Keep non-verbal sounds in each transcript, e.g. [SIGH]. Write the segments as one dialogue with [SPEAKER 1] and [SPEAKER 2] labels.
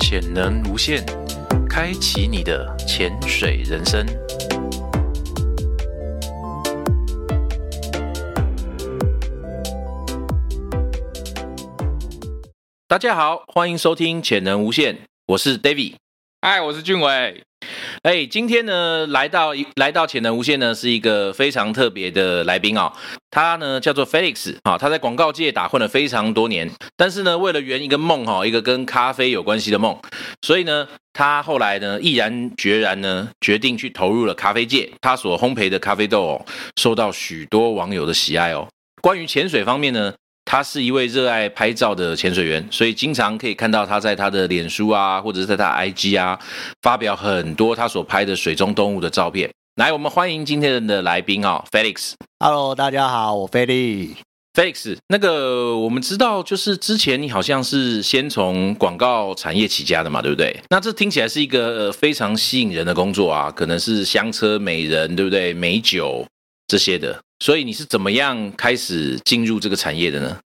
[SPEAKER 1] 潜能无限，开启你的潜水人生。大家好，欢迎收听《潜能无限》，我是 David。
[SPEAKER 2] 嗨，我是俊伟。
[SPEAKER 1] 哎，今天呢，来到一来到潜能无限呢，是一个非常特别的来宾哦。他呢叫做 Felix 啊、他在广告界打混了非常多年，但是呢，为了圆一个梦哈、一个跟咖啡有关系的梦，所以呢，他后来呢毅然决然呢决定去投入了咖啡界。他所烘焙的咖啡豆哦，受到许多网友的喜爱哦。关于潜水方面呢，他是一位热爱拍照的潜水员，所以经常可以看到他在他的脸书啊，或者是在他的 IG 啊，发表很多他所拍的水中动物的照片。来，我们欢迎今天的来宾哦，Felix。
[SPEAKER 3] Hello，大家好，我菲力。
[SPEAKER 1] Felix，那个我们知道，就是之前你好像是先从广告产业起家的嘛，对不对？那这听起来是一个呃非常吸引人的工作啊，可能是香车美人，对不对？美酒这些的，所以你是怎么样开始进入这个产业的呢？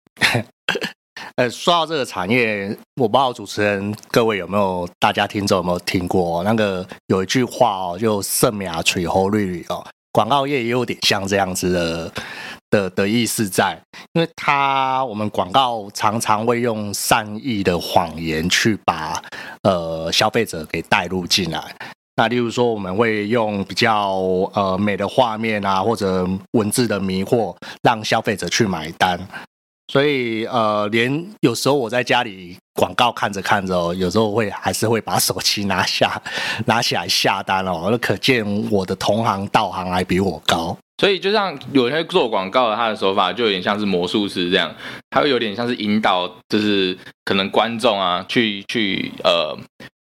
[SPEAKER 3] 呃，说到这个产业，我不知道主持人各位有没有，大家听众有没有听过、哦那个有一句话哦，就“圣雅垂侯绿绿”哦，广告业也有点像这样子的的的意思在，因为它我们广告常常会用善意的谎言去把呃消费者给带入进来。那例如说，我们会用比较呃美的画面啊，或者文字的迷惑，让消费者去买单。所以呃，连有时候我在家里广告看着看着哦，有时候会还是会把手机拿下拿起来下单哦。那可见我的同行道行还比我高。
[SPEAKER 2] 所以就像有人会做广告的，他的手法就有点像是魔术师这样，他会有点像是引导，就是可能观众啊去去呃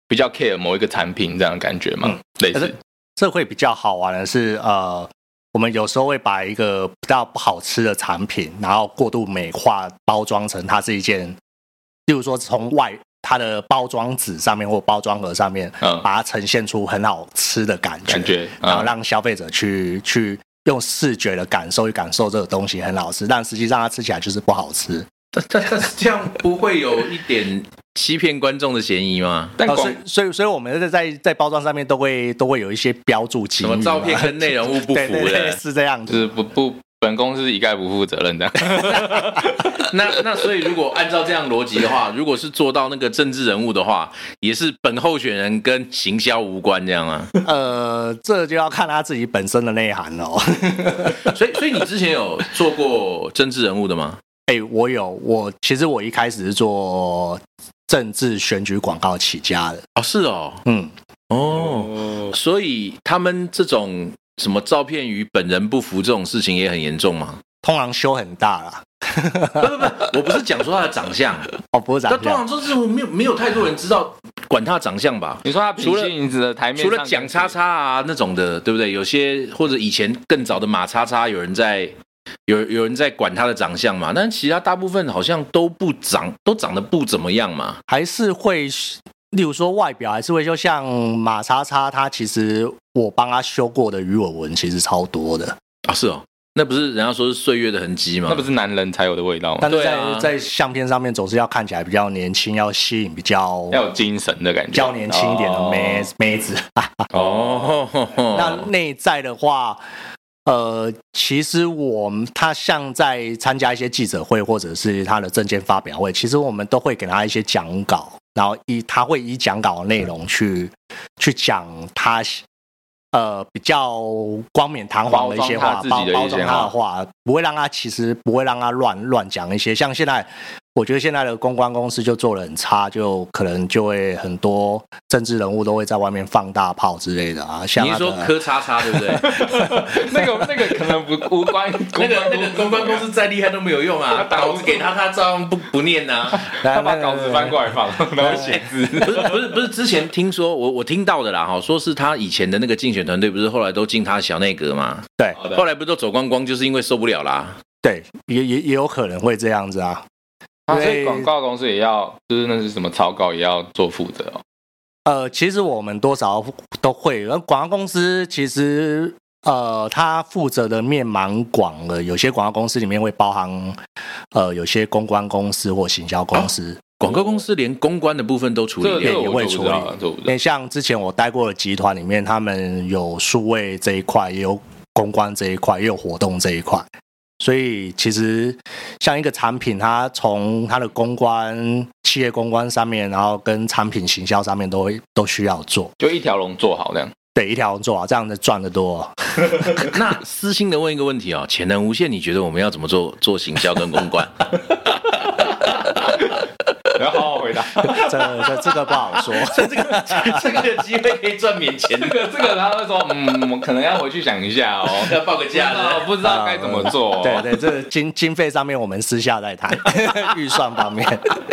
[SPEAKER 2] 比较 care 某一个产品这样的感觉嘛，
[SPEAKER 3] 嗯
[SPEAKER 2] 类
[SPEAKER 3] 可
[SPEAKER 2] 似
[SPEAKER 3] 是。这会比较好玩的是，呃，我们有时候会把一个比较不好吃的产品，然后过度美化包装成它是一件，例如说从外它的包装纸上面或包装盒上面，
[SPEAKER 2] 嗯
[SPEAKER 3] 把它呈现出很好吃的感觉，
[SPEAKER 2] 感觉嗯
[SPEAKER 3] 然后让消费者去去。用视觉的感受去感受这个东西很好吃，但实际上它吃起来就是不好吃。
[SPEAKER 1] 但但但是这样不会有一点欺骗观众的嫌疑吗？
[SPEAKER 2] 但
[SPEAKER 3] 哦、
[SPEAKER 2] 广、
[SPEAKER 3] 所以所以所以我们在在在包装上面都会都会有一些标注金
[SPEAKER 1] 什么照片跟内容物不
[SPEAKER 3] [LAUGHS]
[SPEAKER 1] 符
[SPEAKER 3] 对对对，
[SPEAKER 1] 的？
[SPEAKER 3] 是这样子
[SPEAKER 2] 就。是不不，本公司一概不负责任这样。
[SPEAKER 1] 那那所以，如果按照这样逻辑的话，如果是做到那个政治人物的话，也是本候选人跟行销无关这样 [LAUGHS] 啊。
[SPEAKER 3] 呃，这就要看他自己本身的内涵哦。
[SPEAKER 1] 所以，所以你之前有做过政治人物的吗？
[SPEAKER 3] [LAUGHS] 哎、我有，我其实我一开始是做政治选举广告起家的，
[SPEAKER 1] 哦，是哦，
[SPEAKER 3] 嗯，
[SPEAKER 1] 哦，
[SPEAKER 2] 哦，
[SPEAKER 1] 所以他们这种什么照片与本人不符这种事情也很严重吗？
[SPEAKER 3] 通常修很大啦。
[SPEAKER 1] [LAUGHS] 不不不，我不是讲说他的长相，
[SPEAKER 3] 哦，不是
[SPEAKER 1] 但
[SPEAKER 3] 长
[SPEAKER 1] 通
[SPEAKER 3] 相，
[SPEAKER 1] 常就是没有没有太多人知道管他长相吧。
[SPEAKER 2] 你说他
[SPEAKER 1] 除
[SPEAKER 2] 除
[SPEAKER 1] 了
[SPEAKER 2] 了你指的台面
[SPEAKER 1] 除
[SPEAKER 2] 上
[SPEAKER 1] 了蒋叉叉啊那种的，对不对？有些或者以前更早的马叉叉，有人在有有人在管他的长相嘛，但其他大部分好像都不长，都长得不怎么样嘛。
[SPEAKER 3] 还是会，例如说外表还是会，就像马叉叉，他其实我帮他修过的鱼尾纹其实超多的，
[SPEAKER 1] 啊，是哦，那不是人家说是岁月的痕迹吗？
[SPEAKER 2] 那不是男人才有的味道吗
[SPEAKER 3] 但？是
[SPEAKER 1] 对
[SPEAKER 3] 在、
[SPEAKER 1] 啊
[SPEAKER 3] 在相片上面总是要看起来比较年轻，要吸引比较
[SPEAKER 2] 要有精神的感觉，
[SPEAKER 3] 比较年轻一点的妹、
[SPEAKER 2] 哦
[SPEAKER 3] 妹子。
[SPEAKER 1] 哦，
[SPEAKER 3] 那内在的话，呃，其实我们他像在参加一些记者会或者是他的证件发表会，其实我们都会给他一些讲稿，然后依他会依讲稿的内容去去讲他呃比较光冕堂皇的一些话，
[SPEAKER 2] 包装他
[SPEAKER 3] 包
[SPEAKER 2] 自己的
[SPEAKER 3] 包
[SPEAKER 2] 一些
[SPEAKER 3] 装他的话，不会让他其实不会让他乱乱讲一些，像现在。我觉得现在的公关公司就做的很差，就可能就会很多政治人物都会在外面放大炮之类的啊。像
[SPEAKER 1] 你
[SPEAKER 3] 那
[SPEAKER 1] 是说
[SPEAKER 3] 个
[SPEAKER 1] 柯叉叉对
[SPEAKER 2] [LAUGHS]
[SPEAKER 1] 不对？
[SPEAKER 2] 那个那个可能不无关，
[SPEAKER 1] 那个那个公关公司再厉害都没有用啊，
[SPEAKER 2] 他打不
[SPEAKER 1] 稿子给他，他照样不不念呐、啊。
[SPEAKER 2] [LAUGHS] 他把稿子翻过来放，然后写字。
[SPEAKER 1] 不是不是不是，之前听说我我听到的啦哈，说是他以前的那个竞选团队不是后来都进他小内阁嘛，
[SPEAKER 3] 对
[SPEAKER 2] 好的
[SPEAKER 1] 后来不是都走光光，就是因为受不了啦。
[SPEAKER 3] 对，也也也有可能会这样子啊。
[SPEAKER 2] 啊、
[SPEAKER 3] 因
[SPEAKER 2] 所以
[SPEAKER 3] 为
[SPEAKER 2] 广告公司也要，就是那是什么草稿也要做负责哦。
[SPEAKER 3] 呃，其实我们多少都会，而广告公司其实呃，它负责的面蛮广的，有些广告公司里面会包含呃，有些公关公司或行销公司。
[SPEAKER 1] 广告公司连公关的部分都处理
[SPEAKER 2] 这
[SPEAKER 1] 掉
[SPEAKER 2] 个
[SPEAKER 3] 对，也
[SPEAKER 2] 我
[SPEAKER 3] 会
[SPEAKER 2] 就不
[SPEAKER 3] 处理
[SPEAKER 2] 知道了，这我不
[SPEAKER 3] 因
[SPEAKER 2] 知道
[SPEAKER 3] 为像之前我待过的集团里面，他们有数位这一块，也有公关这一块，也有活动这一块。所以其实像一个产品，它从它的公关、企业公关上面，然后跟产品行销上面都会都需要做，
[SPEAKER 2] 就一条龙做好这样。
[SPEAKER 3] 对，一条龙做好，这样子赚得多。哦
[SPEAKER 1] 哎那私心的问一个问题哦，潜能无限，你觉得我们要怎么做 [LAUGHS] 做行销跟公
[SPEAKER 2] [LAUGHS]
[SPEAKER 1] 关？
[SPEAKER 2] 你要好好回答。
[SPEAKER 3] 这这这个不好说，
[SPEAKER 1] [LAUGHS] 这个有机会可以赚免钱
[SPEAKER 2] 这个这个，他会说，嗯，我可能要回去想一下哦，
[SPEAKER 1] [LAUGHS] 要报个价
[SPEAKER 2] 我
[SPEAKER 1] 的。
[SPEAKER 2] 不知道该怎么做、 [LAUGHS] 哦。
[SPEAKER 1] 啊
[SPEAKER 3] 对对，这个经经费上面我们私下再谈， [LAUGHS] 预算方面。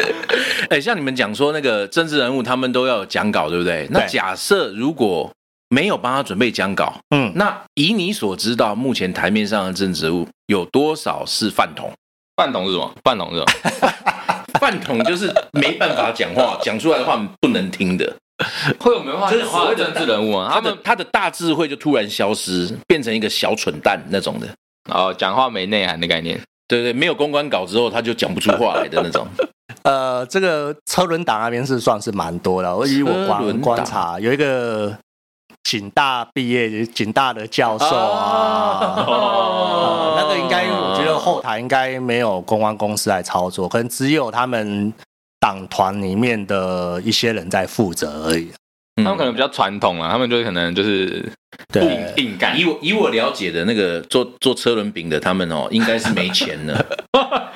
[SPEAKER 1] [LAUGHS] 哎，像你们讲说那个政治人物，他们都要有讲稿，对不对？那假设如果没有帮他准备讲稿，
[SPEAKER 3] 嗯，
[SPEAKER 1] 那以你所知道，目前台面上的政治人物有多少是饭
[SPEAKER 2] [LAUGHS]
[SPEAKER 1] 桶？
[SPEAKER 2] 饭桶是什么？饭桶是什么？
[SPEAKER 1] 饭桶就是没办法讲话， [LAUGHS] 讲出来的话不能听的。
[SPEAKER 2] 会有没有话
[SPEAKER 1] 这是
[SPEAKER 2] 讲
[SPEAKER 1] 所
[SPEAKER 2] 话
[SPEAKER 1] 谓
[SPEAKER 2] 的
[SPEAKER 1] 的
[SPEAKER 2] 政治人物啊？
[SPEAKER 1] 他
[SPEAKER 2] 他
[SPEAKER 1] 的
[SPEAKER 2] 们
[SPEAKER 1] 他的大智慧就突然消失，变成一个小蠢蛋那种的。
[SPEAKER 2] 哦，讲话没内涵的概念。
[SPEAKER 1] 对对，没有公关稿之后，他就讲不出话来的那
[SPEAKER 3] [LAUGHS]
[SPEAKER 1] 种。
[SPEAKER 3] 呃，这个车轮党那边是算是蛮多的。我以我
[SPEAKER 1] 车轮
[SPEAKER 3] 观观
[SPEAKER 1] 党
[SPEAKER 3] 察，有一个警大毕业，警大的教授啊，
[SPEAKER 2] 哦
[SPEAKER 3] 呃那个应该我觉
[SPEAKER 1] 嗯
[SPEAKER 3] 得后台应该没有公关公司来操作，可能只有他们党团里面的一些人在负责而已。
[SPEAKER 1] 嗯
[SPEAKER 2] 他们可能比较传统啊，他们就是可能就是
[SPEAKER 3] 对，
[SPEAKER 2] 硬硬干
[SPEAKER 1] 以。我以我了解的那个做做车轮饼的，他们哦，应该是没钱了，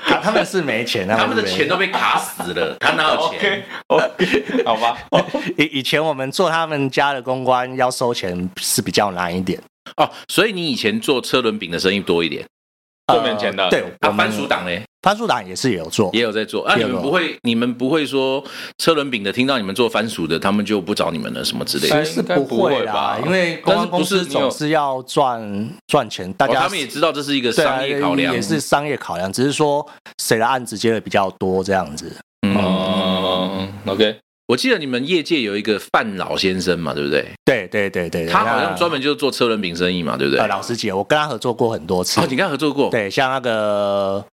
[SPEAKER 3] 他 [LAUGHS] 他们是没钱，
[SPEAKER 1] [LAUGHS] 他们
[SPEAKER 3] 们
[SPEAKER 1] 的
[SPEAKER 3] 是没
[SPEAKER 1] 钱都被卡
[SPEAKER 3] [LAUGHS]
[SPEAKER 1] 死了，他哪有钱？
[SPEAKER 2] OK，好吧。
[SPEAKER 1] 哦
[SPEAKER 3] 以以前我们做他们家的公关要收钱是比较难一点，
[SPEAKER 1] 哦，所以你以前做车轮饼的生意多一点，
[SPEAKER 2] 做免钱的
[SPEAKER 3] 呃对，我
[SPEAKER 1] 啊，
[SPEAKER 3] 们
[SPEAKER 1] 番薯党嘞
[SPEAKER 3] 番薯党也是有做，
[SPEAKER 1] 也有在做，啊，你
[SPEAKER 3] 也有
[SPEAKER 1] 们不会你们不会说车轮饼的听到你们做番薯的，他们就不找你们了什么之类的。
[SPEAKER 3] 其实是不会啦
[SPEAKER 2] 应该不会吧，
[SPEAKER 3] 因为公
[SPEAKER 1] 但
[SPEAKER 3] 关
[SPEAKER 1] 是
[SPEAKER 3] 公
[SPEAKER 1] 不是
[SPEAKER 3] 司
[SPEAKER 1] 你有
[SPEAKER 3] 总是要赚赚钱，大
[SPEAKER 1] 哦，
[SPEAKER 3] 家、
[SPEAKER 1] 他们也知道这是一个
[SPEAKER 3] 啊对啊
[SPEAKER 1] 商业考量，
[SPEAKER 3] 也是商业考量，只是说谁的案子接的比较多这样子。
[SPEAKER 1] 嗯，
[SPEAKER 2] 哦，OK，
[SPEAKER 1] 我记得你们业界有一个范老先生嘛，对不对？啊
[SPEAKER 3] 对对对对，对
[SPEAKER 1] 他好像
[SPEAKER 3] 那
[SPEAKER 1] 专门就是做车轮饼生意嘛，对不对？
[SPEAKER 3] 呃，老师姐，我跟他合作过很多次，
[SPEAKER 1] 哦，你跟他合作过？
[SPEAKER 3] 对，像那个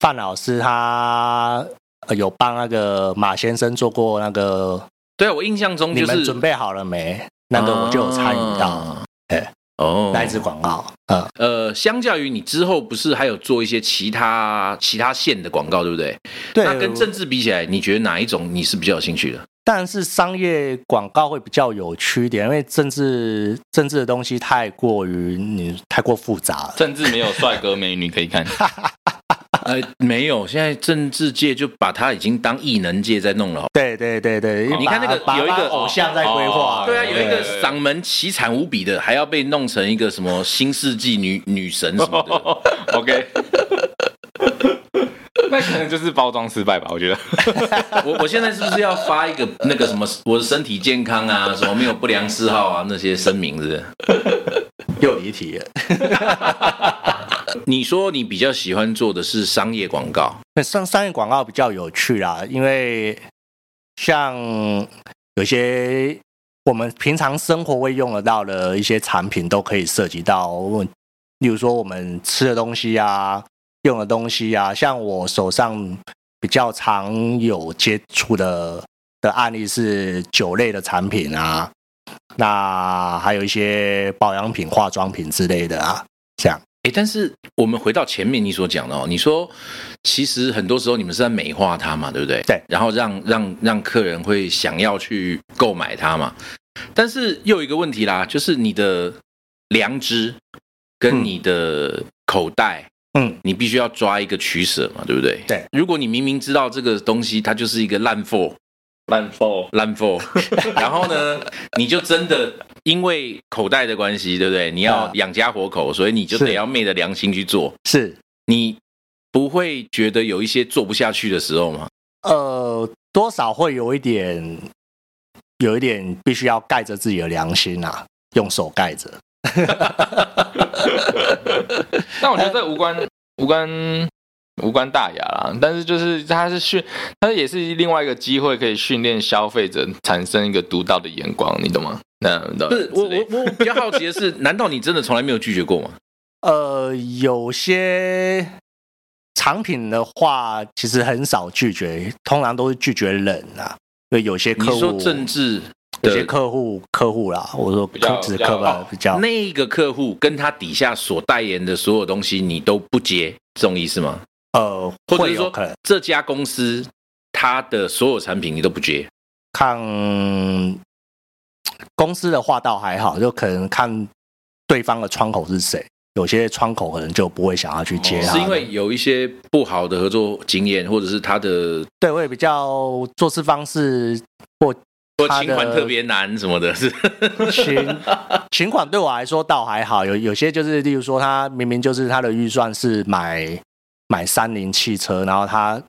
[SPEAKER 3] 范老师他。呃有帮那个马先生做过那个，
[SPEAKER 1] 对啊，我印象中
[SPEAKER 3] 你
[SPEAKER 1] 就
[SPEAKER 3] 们
[SPEAKER 1] 是
[SPEAKER 3] 准备好了没？那个我就有参与到
[SPEAKER 1] 啊
[SPEAKER 3] 哎
[SPEAKER 1] 哦，
[SPEAKER 3] 那一支广告，呃，
[SPEAKER 1] 呃，相较于你之后不是还有做一些其他其他线的广告，对不对？
[SPEAKER 3] 对，
[SPEAKER 1] 那跟政治比起来，你觉得哪一种你是比较有兴趣的？ [LAUGHS]
[SPEAKER 3] 但是商业广告会比较有趣一点，因为政治政治的东西太过于你太过复杂了。
[SPEAKER 2] 政治没有帅哥美女可以看，
[SPEAKER 1] 呃，没有，现在政治界就把它已经当艺能界在弄了。
[SPEAKER 3] 对对对对，
[SPEAKER 1] 你看那个
[SPEAKER 3] 把把
[SPEAKER 1] 有一个
[SPEAKER 3] 把偶像在规
[SPEAKER 2] 哦
[SPEAKER 3] 划，
[SPEAKER 1] 对啊，有一个
[SPEAKER 2] 对
[SPEAKER 1] 嗓门奇惨无比的，还要被弄成一个什么新世纪女女神 [LAUGHS] 什么的。
[SPEAKER 2] [LAUGHS] OK，那可能就是包装失败吧，我觉得。
[SPEAKER 1] [LAUGHS] 我我现在是不是要发一个那个什么我的身体健康啊，什么没有不良嗜好啊那些声明是不是？
[SPEAKER 3] 又离题了。
[SPEAKER 1] 你说你比较喜欢做的是商业广告，
[SPEAKER 3] 那商商业广告比较有趣啦，因为像有些我们平常生活会用得到的一些产品，都可以涉及到，例如说我们吃的东西啊、用的东西啊。像我手上比较常有接触的的案例是酒类的产品啊，那还有一些保养品、化妆品之类的啊，这样。
[SPEAKER 1] 诶，但是我们回到前面你所讲的哦，你说其实很多时候你们是在美化它嘛，对不对？
[SPEAKER 3] 对
[SPEAKER 1] 然后让让让客人会想要去购买它嘛。但是又有一个问题啦，就是你的良知跟
[SPEAKER 3] 嗯
[SPEAKER 1] 你的口袋，
[SPEAKER 3] 嗯，
[SPEAKER 1] 你必须要抓一个取舍嘛，对不对？
[SPEAKER 3] 对。
[SPEAKER 1] 如果你明明知道这个东西它就是一个烂货，
[SPEAKER 2] 烂货，
[SPEAKER 1] 烂
[SPEAKER 2] [LAUGHS]
[SPEAKER 1] 货，然后呢，你就真的因为口袋的关系，对不对？你要
[SPEAKER 3] 啊
[SPEAKER 1] 养家活口，所以你就得
[SPEAKER 3] 是
[SPEAKER 1] 要昧着良心去做。
[SPEAKER 3] 是，
[SPEAKER 1] 你不会觉得有一些做不下去的时候吗？
[SPEAKER 3] 呃，多少会有一点，有一点必须要盖着自己的良心啊，用手盖着。
[SPEAKER 2] 但我觉得这无关无关无关大雅啦，但是就是它是训，它也是另外一个机会，可以训练消费者产生一个独到的眼光，你懂吗？那
[SPEAKER 1] 不是，欸我我
[SPEAKER 2] 我
[SPEAKER 1] 我比较好奇的 [LAUGHS] 是，难道你真的从来没有拒绝过吗？
[SPEAKER 3] 呃呃，有些产品的话，其实很少拒绝，通常都是拒绝人啊。对，有些
[SPEAKER 1] 你
[SPEAKER 3] 客
[SPEAKER 1] 说
[SPEAKER 3] 户，
[SPEAKER 1] 政治
[SPEAKER 3] 有些
[SPEAKER 1] 的
[SPEAKER 3] 客户客户啦，我说
[SPEAKER 2] 比较
[SPEAKER 3] 客只是
[SPEAKER 2] 比较
[SPEAKER 3] 客吧
[SPEAKER 2] 哦
[SPEAKER 3] 比较，
[SPEAKER 1] 那一个客户跟他底下所代言的所有东西，你都不接，这种意思吗？
[SPEAKER 3] 呃，
[SPEAKER 1] 哦或者
[SPEAKER 3] 会
[SPEAKER 1] 是
[SPEAKER 3] 有
[SPEAKER 1] 说
[SPEAKER 3] 可能
[SPEAKER 1] 这家公司它的所有产品你都不接？
[SPEAKER 3] 看公司的话倒还好，就可能看对方的窗口是谁，有些窗口可能就不会想要去接
[SPEAKER 2] 对
[SPEAKER 3] 他
[SPEAKER 2] 啊
[SPEAKER 3] 的、
[SPEAKER 1] 哦是因为有一些不好的合作经验，或者是他的
[SPEAKER 3] 对我也比较做事方式或
[SPEAKER 1] 说
[SPEAKER 3] 他的
[SPEAKER 1] 情款特别难什么的， [LAUGHS] 是
[SPEAKER 3] 情 [LAUGHS] 情款对我来说倒还好，有有些就是，例如说他明明就是他的预算是买买三菱汽车，然后他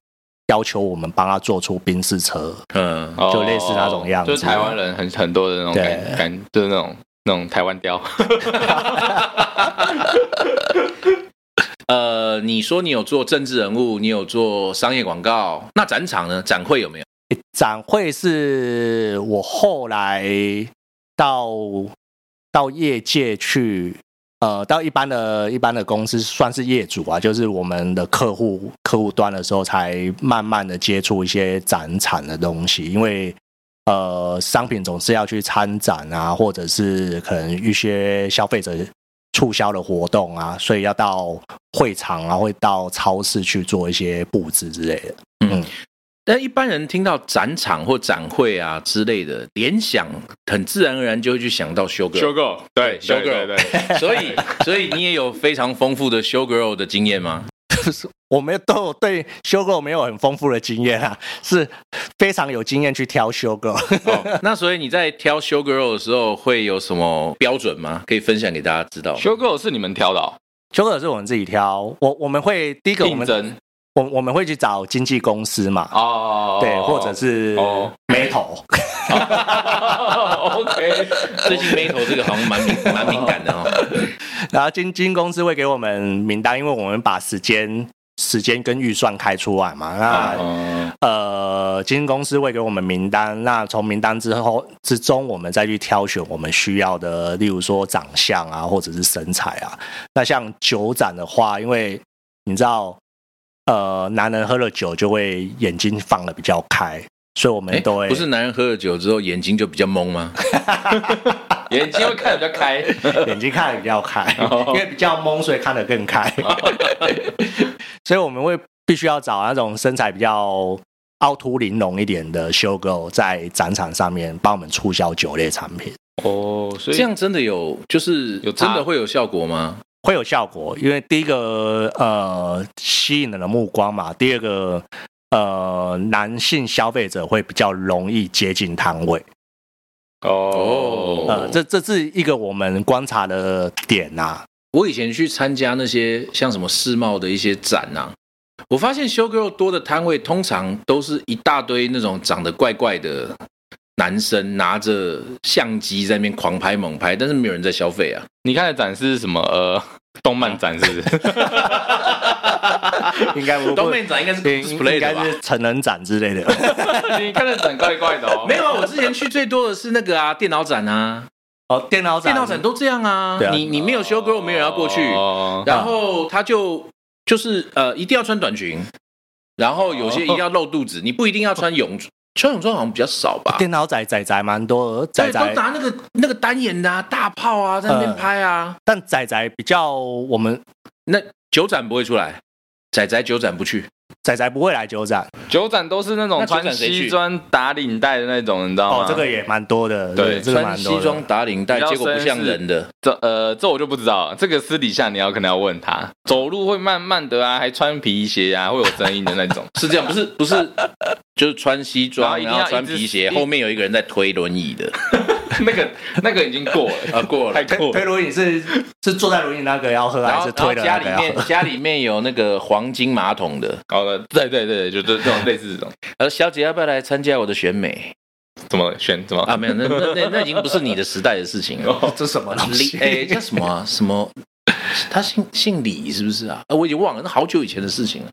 [SPEAKER 3] 要求我们帮他做出宾士车，
[SPEAKER 1] 嗯，
[SPEAKER 2] 哦
[SPEAKER 3] 就类似那种样子
[SPEAKER 2] 就是台湾人很很多的那种
[SPEAKER 3] 对
[SPEAKER 2] 感感，就是那种那种台湾雕。
[SPEAKER 1] 呃，你说你有做政治人物，你有做商业广告，那展场呢？展会有没有？
[SPEAKER 3] 展会是我后来到到业界去，呃，到一般的一般的公司算是业主啊，就是我们的客户客户端的时候，才慢慢的接触一些展产的东西，因为呃，商品总是要去参展啊，或者是可能一些消费者促销的活动啊，所以要到会场啊，会到超市去做一些布置之类的。
[SPEAKER 1] 但一般人听到展场或展会啊之类的，联想很自然而然就会去想到 [LAUGHS] 修哥，
[SPEAKER 2] 修 girl，对，
[SPEAKER 1] 修
[SPEAKER 2] 修
[SPEAKER 1] girl
[SPEAKER 2] 对对，
[SPEAKER 1] 所以所以你也有非常丰富的修 girl 的经验吗？
[SPEAKER 3] 我没有都有对修狗没有很丰富的经验啊， [LAUGHS] 是非常有经验去挑修狗。
[SPEAKER 1] 哦，那所以你在挑修 girl 的时候会有什么标准吗？可以分享给大家知道吗。
[SPEAKER 2] 修 girl 是你们挑的哦，
[SPEAKER 3] [LAUGHS] 修狗是我们自己挑，我我们会第一个我
[SPEAKER 2] 竞
[SPEAKER 3] 们
[SPEAKER 2] 争
[SPEAKER 3] 我我们会去找经纪公司嘛，
[SPEAKER 2] 哦，
[SPEAKER 3] 对，或者是
[SPEAKER 2] 哦
[SPEAKER 3] metal，、
[SPEAKER 2] [LAUGHS] OK，
[SPEAKER 1] 最近 Metal 这个好像蛮敏蛮敏感的
[SPEAKER 2] [LAUGHS]
[SPEAKER 1] 哦。
[SPEAKER 3] [LAUGHS] 然后经经纪公司会给我们名单，因为我们把时间时间跟预算开出来嘛，那。
[SPEAKER 2] 嗯
[SPEAKER 3] 呃，经纪公司会给我们名单，那从名单之后之中，我们再去挑选我们需要的，例如说长相啊，或者是身材啊。那像酒展的话，因为你知道，呃，男人喝了酒就会眼睛放的比较开，所以我
[SPEAKER 1] 哎
[SPEAKER 3] 们
[SPEAKER 2] 欸
[SPEAKER 3] 都会、
[SPEAKER 1] 不是男人喝了酒之后眼睛就比较懵吗？
[SPEAKER 2] 眼睛会看得比较开。 [LAUGHS]
[SPEAKER 3] 眼睛看的比较开
[SPEAKER 2] 哦，
[SPEAKER 3] 因为比较懵，所以看得更
[SPEAKER 2] [LAUGHS]
[SPEAKER 3] 开。所以我们会必须要找那啊种身材比较凹凸玲珑一点的修 girl 在展场上面帮我们促销酒类产品，
[SPEAKER 2] 哦，所以
[SPEAKER 1] 这样真的有，就是
[SPEAKER 2] 有
[SPEAKER 1] 真
[SPEAKER 2] 差
[SPEAKER 1] 的会有效果吗？
[SPEAKER 3] 会有效果。因为第一个呃吸引人的目光嘛，第二个呃男性消费者会比较容易接近摊位。
[SPEAKER 2] 哦
[SPEAKER 1] 哦，
[SPEAKER 3] 呃，这这是一个我们观察的点
[SPEAKER 2] [LAUGHS]
[SPEAKER 3] 呐、啊。
[SPEAKER 1] 我以前去参加那些像什么世贸的一些展啊，我发现修 girl 多的摊位通常都是一大堆那种长得怪怪的男生拿着相机在那边狂拍猛拍，但是没有人在消费啊。
[SPEAKER 2] 你看的展是什么？呃， [LAUGHS] 动漫展是不
[SPEAKER 1] [LAUGHS]
[SPEAKER 2] 是？
[SPEAKER 3] 应该不
[SPEAKER 1] 东面展啊应该是
[SPEAKER 3] 应
[SPEAKER 1] display
[SPEAKER 3] 应
[SPEAKER 1] 的
[SPEAKER 3] 该
[SPEAKER 1] 吧？
[SPEAKER 3] 是成人展之类的。
[SPEAKER 2] 你看的展怪怪的哦。
[SPEAKER 1] [LAUGHS] 没有啊，我之前去最多的是那个啊 [LAUGHS] 电脑展啊，
[SPEAKER 3] 哦，电脑展，
[SPEAKER 1] 电脑展都这样啊。
[SPEAKER 3] 对啊
[SPEAKER 1] 你你没有修 girl，没有人要过去。
[SPEAKER 2] 哦
[SPEAKER 1] 然后他就就是呃，一定要穿短裙，然后有些一定要露肚子，你不一定要穿泳哦穿泳装好像比较少吧？
[SPEAKER 3] 电脑仔仔仔蛮多，仔
[SPEAKER 1] 对，都
[SPEAKER 3] 仔，
[SPEAKER 1] 拿那个那个单眼的、啊、大炮啊，在那边拍啊。
[SPEAKER 3] 但仔仔比较我们
[SPEAKER 1] 那九展不会出来，仔仔九展不去，
[SPEAKER 3] 仔仔不会来酒展
[SPEAKER 2] 九展都是那种
[SPEAKER 1] 那九展
[SPEAKER 2] 穿
[SPEAKER 1] 谁去
[SPEAKER 2] 西装打领带的那种，你知道吗？
[SPEAKER 3] 哦，这个也蛮多的，
[SPEAKER 2] 对
[SPEAKER 3] 这个
[SPEAKER 1] 穿
[SPEAKER 3] 蛮
[SPEAKER 1] 西
[SPEAKER 3] 多
[SPEAKER 1] 装
[SPEAKER 3] 的。
[SPEAKER 1] 打领带，
[SPEAKER 2] 比较
[SPEAKER 1] 结果不像
[SPEAKER 2] 绅士
[SPEAKER 1] 人的。。
[SPEAKER 2] 这呃，这我就不知道了，这个私底下你要可能要问他。走路会慢慢的啊，还穿皮鞋啊，会有声音的那种
[SPEAKER 1] [LAUGHS] 是这样，不是不是，就是穿西
[SPEAKER 2] 然
[SPEAKER 1] 装，
[SPEAKER 2] 后一定
[SPEAKER 1] 然
[SPEAKER 2] 要
[SPEAKER 1] 后穿
[SPEAKER 2] 一直
[SPEAKER 1] 皮鞋，
[SPEAKER 2] 一
[SPEAKER 1] 后面有一个人在推轮椅的，
[SPEAKER 2] 那个那个已经过了，
[SPEAKER 1] [LAUGHS] 啊，过了
[SPEAKER 2] 太。过
[SPEAKER 1] [LAUGHS]
[SPEAKER 2] 了。
[SPEAKER 3] 轮椅是是坐在轮椅那个要喝，
[SPEAKER 1] 然
[SPEAKER 3] 还
[SPEAKER 1] 后
[SPEAKER 3] 是推的
[SPEAKER 1] 然
[SPEAKER 3] 那个
[SPEAKER 1] 后
[SPEAKER 3] 要
[SPEAKER 1] 家里面
[SPEAKER 3] [LAUGHS] 喝？
[SPEAKER 1] 家里面有那个黄金马桶的，
[SPEAKER 2] 搞了，对对对，就这这种类似这种
[SPEAKER 1] 呃，小姐要不要来参加我的选美
[SPEAKER 2] 怎么选怎么
[SPEAKER 1] 啊？没有，那那那那已经不是你的时代的事情 [LAUGHS] 了。
[SPEAKER 3] 这什么东
[SPEAKER 2] [LAUGHS]
[SPEAKER 1] 李哎、叫什么啊、什么？他姓姓李是不是啊？啊我已经忘了，那好久以前的事情了。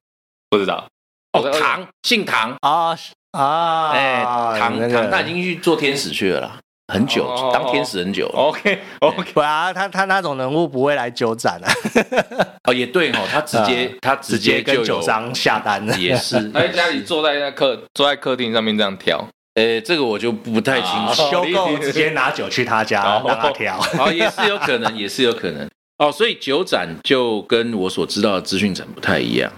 [SPEAKER 2] 不知道。
[SPEAKER 1] 哦，唐姓唐，
[SPEAKER 3] 啊是啊！
[SPEAKER 1] 哎、唐
[SPEAKER 3] 那
[SPEAKER 1] 唐他已
[SPEAKER 3] 个
[SPEAKER 1] 经去做天使去了啦。很久
[SPEAKER 2] 哦，
[SPEAKER 1] 当天使很久。
[SPEAKER 2] OK OK，
[SPEAKER 3] 不啊，他他那种人物不会来酒展啊，
[SPEAKER 1] 哦，也对哦，他直接他直
[SPEAKER 3] 直接
[SPEAKER 1] 就
[SPEAKER 3] 跟
[SPEAKER 1] 有
[SPEAKER 3] 酒商下单了。
[SPEAKER 1] 也 [LAUGHS] 是，
[SPEAKER 2] 他在家里坐在那客坐在客厅上面这样跳，
[SPEAKER 1] 呃，这个我就不太清楚。
[SPEAKER 2] 哦
[SPEAKER 3] [LAUGHS] 修购直接拿酒去他家
[SPEAKER 2] 哦
[SPEAKER 3] 让他挑，
[SPEAKER 1] 哦，也是有可能，也是有可能。哦，所以酒展就跟我所知道的资讯展不太一样。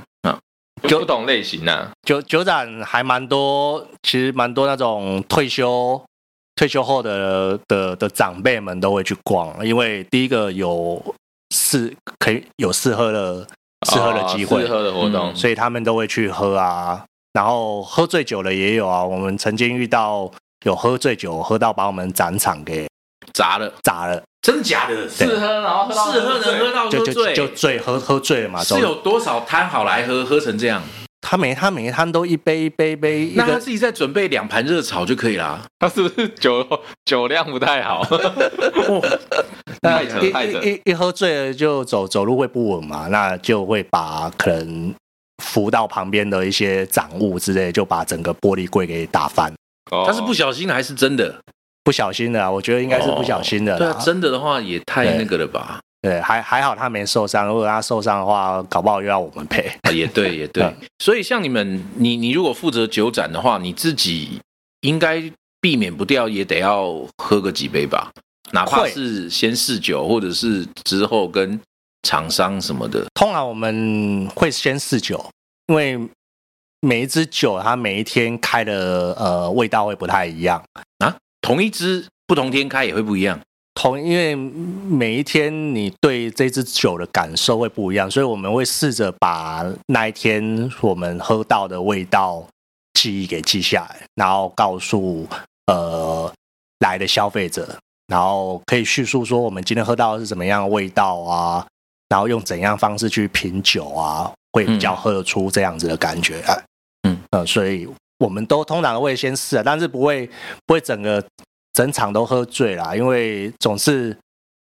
[SPEAKER 2] 就不同类型啊。
[SPEAKER 3] 酒酒展还蛮多，其实蛮多那种退休退休后的的的长辈们都会去逛，因为第一个有试可以有试喝的试喝的
[SPEAKER 1] 啊
[SPEAKER 3] 机会，
[SPEAKER 2] 哦适合的活动
[SPEAKER 1] 嗯，
[SPEAKER 3] 所以他们都会去喝啊。然后喝醉酒的也有啊，我们曾经遇到有喝醉酒，喝到把我们展场给
[SPEAKER 1] 砸了，
[SPEAKER 3] 砸了，
[SPEAKER 1] 真的假的？
[SPEAKER 3] 对
[SPEAKER 2] 适喝，然后
[SPEAKER 1] 是喝能喝到
[SPEAKER 3] 就
[SPEAKER 1] 喝
[SPEAKER 3] 就
[SPEAKER 1] 醉，
[SPEAKER 3] 就醉喝喝醉了嘛。
[SPEAKER 1] 是有多少摊好来喝，喝成这样？
[SPEAKER 3] 他每他每一摊都一杯一杯一杯一
[SPEAKER 1] 那他
[SPEAKER 3] 个
[SPEAKER 1] 自己再准备两盘热炒就可以啦。
[SPEAKER 2] 他是不是酒酒量不太好？
[SPEAKER 1] 哦，
[SPEAKER 3] 那
[SPEAKER 2] 太扯
[SPEAKER 3] 一
[SPEAKER 2] 太扯
[SPEAKER 3] 一一一喝醉了就走走路会不稳嘛，那就会把可能扶到旁边的一些掌物之类，就把整个玻璃柜给打翻。
[SPEAKER 1] 他
[SPEAKER 2] 他
[SPEAKER 1] 是不小心的还是真的？
[SPEAKER 3] 不小心的啊，我觉得应该是不
[SPEAKER 2] 哦
[SPEAKER 3] 小心的
[SPEAKER 1] 对
[SPEAKER 3] 啦。
[SPEAKER 1] 啊，真的的话也太
[SPEAKER 3] 对
[SPEAKER 1] 那个了吧？
[SPEAKER 3] 对，还还好他没受伤，如果他受伤的话，搞不好又要我们赔。
[SPEAKER 1] 啊也对，也对
[SPEAKER 3] 嗯。
[SPEAKER 1] 所以像你们，你你如果负责酒展的话，你自己应该避免不掉，也得要喝个几杯吧，哪怕
[SPEAKER 3] 会
[SPEAKER 1] 是先试酒，或者是之后跟厂商什么的。
[SPEAKER 3] 通常我们会先试酒，因为每一支酒它每一天开的呃味道会不太一样。
[SPEAKER 1] 同一支不同天开也会不一样。
[SPEAKER 3] 同因为每一天你对这支酒的感受会不一样，所以我们会试着把那一天我们喝到的味道记忆给记下来，然后告诉呃来的消费者，然后可以叙述说我们今天喝到的是怎么样的味道啊，然后用怎样方式去品酒啊，会比较喝得出这样子的感觉来。
[SPEAKER 1] 嗯，
[SPEAKER 3] 呃，所以我们都通常会先试啊，但是不会不会整个整场都喝醉啦，因为总是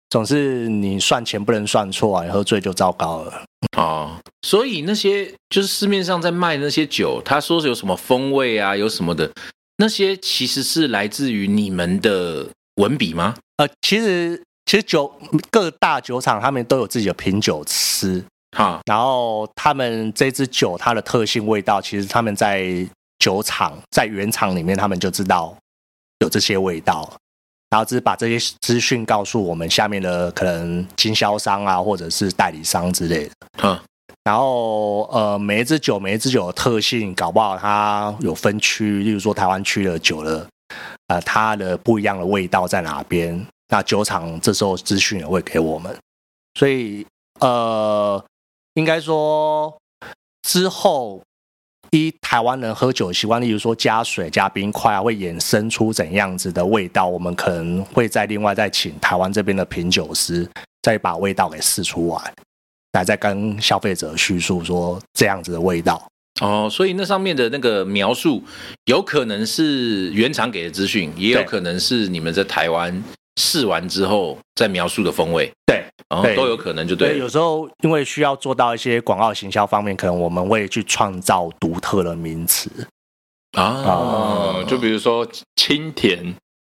[SPEAKER 3] 总是你算钱不能算错啊，你喝醉就糟糕了。
[SPEAKER 1] 哦，所以那些就是市面上在卖那些酒，他说是有什么风味啊，有什么的，那些其实是来自于你们的文笔吗？
[SPEAKER 3] 呃，其实其实酒各大酒厂他们都有自己的品酒师，
[SPEAKER 1] 哈，
[SPEAKER 3] 然后他们这支酒它的特性味道，其实他们在酒厂在原厂里面他们就知道有这些味道，然后只是把这些资讯告诉我们下面的可能经销商啊，或者是代理商之类的。
[SPEAKER 1] 哈，
[SPEAKER 3] 然后呃，每一支酒，每一支酒的特性，搞不好它有分区，例如说台湾区的酒的，呃，它的不一样的味道在哪边？那酒厂这时候资讯也会给我们，所以呃，应该说之后依台湾人喝酒的习惯，例如说加水、加冰块啊，会衍生出怎样子的味道？我们可能会再另外再请台湾这边的品酒师再把味道给试出来。来再跟消费者叙述说这样子的味道。
[SPEAKER 1] 哦，所以那上面的那个描述，有可能是原厂给的资讯，也有
[SPEAKER 3] 对
[SPEAKER 1] 可能是你们在台湾试完之后再描述的风味，
[SPEAKER 3] 对，
[SPEAKER 1] 哦，
[SPEAKER 3] 对
[SPEAKER 1] 都有可能就
[SPEAKER 3] 对，
[SPEAKER 1] 对了。
[SPEAKER 3] 有时候因为需要做到一些广告行销方面，可能我们会去创造独特的名词。
[SPEAKER 1] 啊
[SPEAKER 3] 啊
[SPEAKER 2] 哦，，就比如说清甜，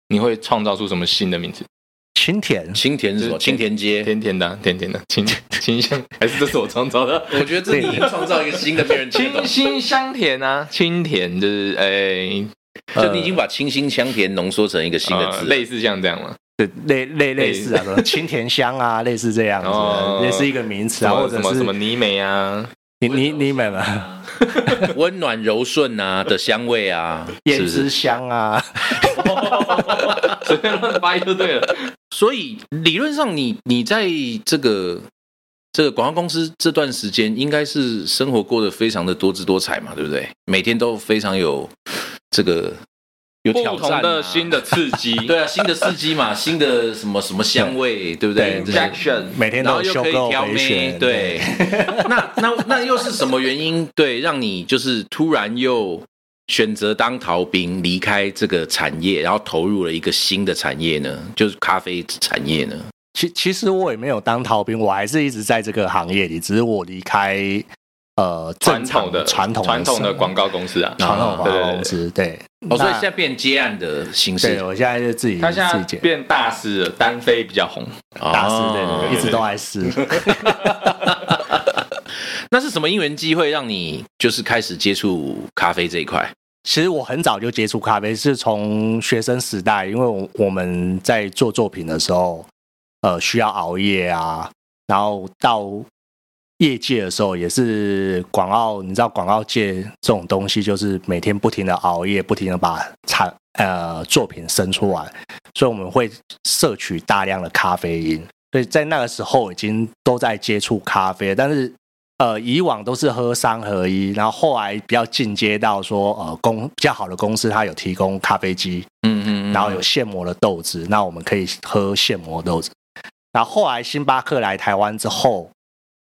[SPEAKER 2] 你会创造出什么新的名字？
[SPEAKER 3] 清甜，
[SPEAKER 1] 清甜是什么？
[SPEAKER 2] 就是
[SPEAKER 1] 清甜街。
[SPEAKER 2] 甜甜的啊、甜甜的，清清香，还是这是我创造 [LAUGHS] 的？
[SPEAKER 1] 我觉得这你已经创造一个新的别人听
[SPEAKER 2] 清
[SPEAKER 1] 得懂，
[SPEAKER 2] 新香甜啊，清甜就是诶、
[SPEAKER 1] [LAUGHS] 就你已经把清新香甜浓缩成一个新的
[SPEAKER 2] 呃
[SPEAKER 3] 啊
[SPEAKER 1] 字了。
[SPEAKER 2] 类似像这样嘛，
[SPEAKER 3] 类类类似啊，什么清甜
[SPEAKER 2] [LAUGHS]
[SPEAKER 3] 香啊，类似这样子
[SPEAKER 2] 哦
[SPEAKER 3] 的，类似一个名词
[SPEAKER 2] 什
[SPEAKER 3] 啊，
[SPEAKER 2] 么
[SPEAKER 3] 或
[SPEAKER 2] 什
[SPEAKER 3] 者
[SPEAKER 2] 么
[SPEAKER 3] 是
[SPEAKER 2] 什么泥美 [LAUGHS] 啊，
[SPEAKER 3] 你你你们 [LAUGHS] 啊，
[SPEAKER 1] [LAUGHS] 温暖柔顺啊的香味啊，
[SPEAKER 3] [LAUGHS]
[SPEAKER 1] 是
[SPEAKER 3] 胭
[SPEAKER 1] 不
[SPEAKER 3] 脂
[SPEAKER 1] 是？
[SPEAKER 3] 香啊，
[SPEAKER 2] 随便乱掰就对了。
[SPEAKER 1] 所以理论上你，你在这个这个广告公司这段时间，应该是生活过得非常的多姿多彩嘛，对不对？每天都非常有这个
[SPEAKER 2] [LAUGHS]
[SPEAKER 1] 有
[SPEAKER 2] 不
[SPEAKER 1] 挑战、啊
[SPEAKER 2] 同的新。的刺激，
[SPEAKER 1] 对啊，新的司机嘛，新的什么什么香味，对不对？这些
[SPEAKER 2] Injection
[SPEAKER 3] 每天
[SPEAKER 1] 然
[SPEAKER 3] 都
[SPEAKER 1] 后
[SPEAKER 3] 有
[SPEAKER 1] 又
[SPEAKER 3] 修
[SPEAKER 1] 可以
[SPEAKER 3] 购
[SPEAKER 1] 挑
[SPEAKER 3] 回
[SPEAKER 1] 妹，
[SPEAKER 3] 旋，
[SPEAKER 1] 对，。那那那又是什么原因？对，让你就是突然又选择当逃兵，离开这个产业，然后投入了一个新的产业呢？就是咖啡产业呢？
[SPEAKER 3] 其其实我也没有当逃兵，我还是一直在这个行业里，只是我离开呃
[SPEAKER 2] 传
[SPEAKER 3] 正常
[SPEAKER 2] 统的
[SPEAKER 3] 传统
[SPEAKER 2] 传统
[SPEAKER 3] 生
[SPEAKER 2] 的广告公司啊，
[SPEAKER 3] 传统广
[SPEAKER 2] 对对
[SPEAKER 3] 告
[SPEAKER 2] 对
[SPEAKER 3] 公司，对
[SPEAKER 1] 哦，所以
[SPEAKER 3] 那
[SPEAKER 1] 现在变接案的形式
[SPEAKER 3] 对，我现在就自己
[SPEAKER 2] 他现
[SPEAKER 3] 自
[SPEAKER 2] 在
[SPEAKER 3] 己剪。
[SPEAKER 2] 变大师了，单飞比较红。
[SPEAKER 3] 大师对对
[SPEAKER 1] 哦
[SPEAKER 3] 对，一直都在试。
[SPEAKER 1] [LAUGHS] 那是什么因缘机会让你就是开始接触咖啡这一块？
[SPEAKER 3] 其实我很早就接触咖啡，是从学生时代，因为我我们在做作品的时候，呃，需要熬夜啊，然后到业界的时候，也是广告，你知道广告界这种东西，就是每天不停的熬夜，不停的把产呃作品生出来，所以我们会摄取大量的咖啡因，所以在那个时候已经都在接触咖啡，但是呃，以往都是喝三合一，然后后来比较进阶到说，呃，公比较好的公司它有提供咖啡机，
[SPEAKER 1] 嗯嗯
[SPEAKER 3] 然后有现磨的豆子，那我们可以喝现磨豆子。然后后来星巴克来台湾之后，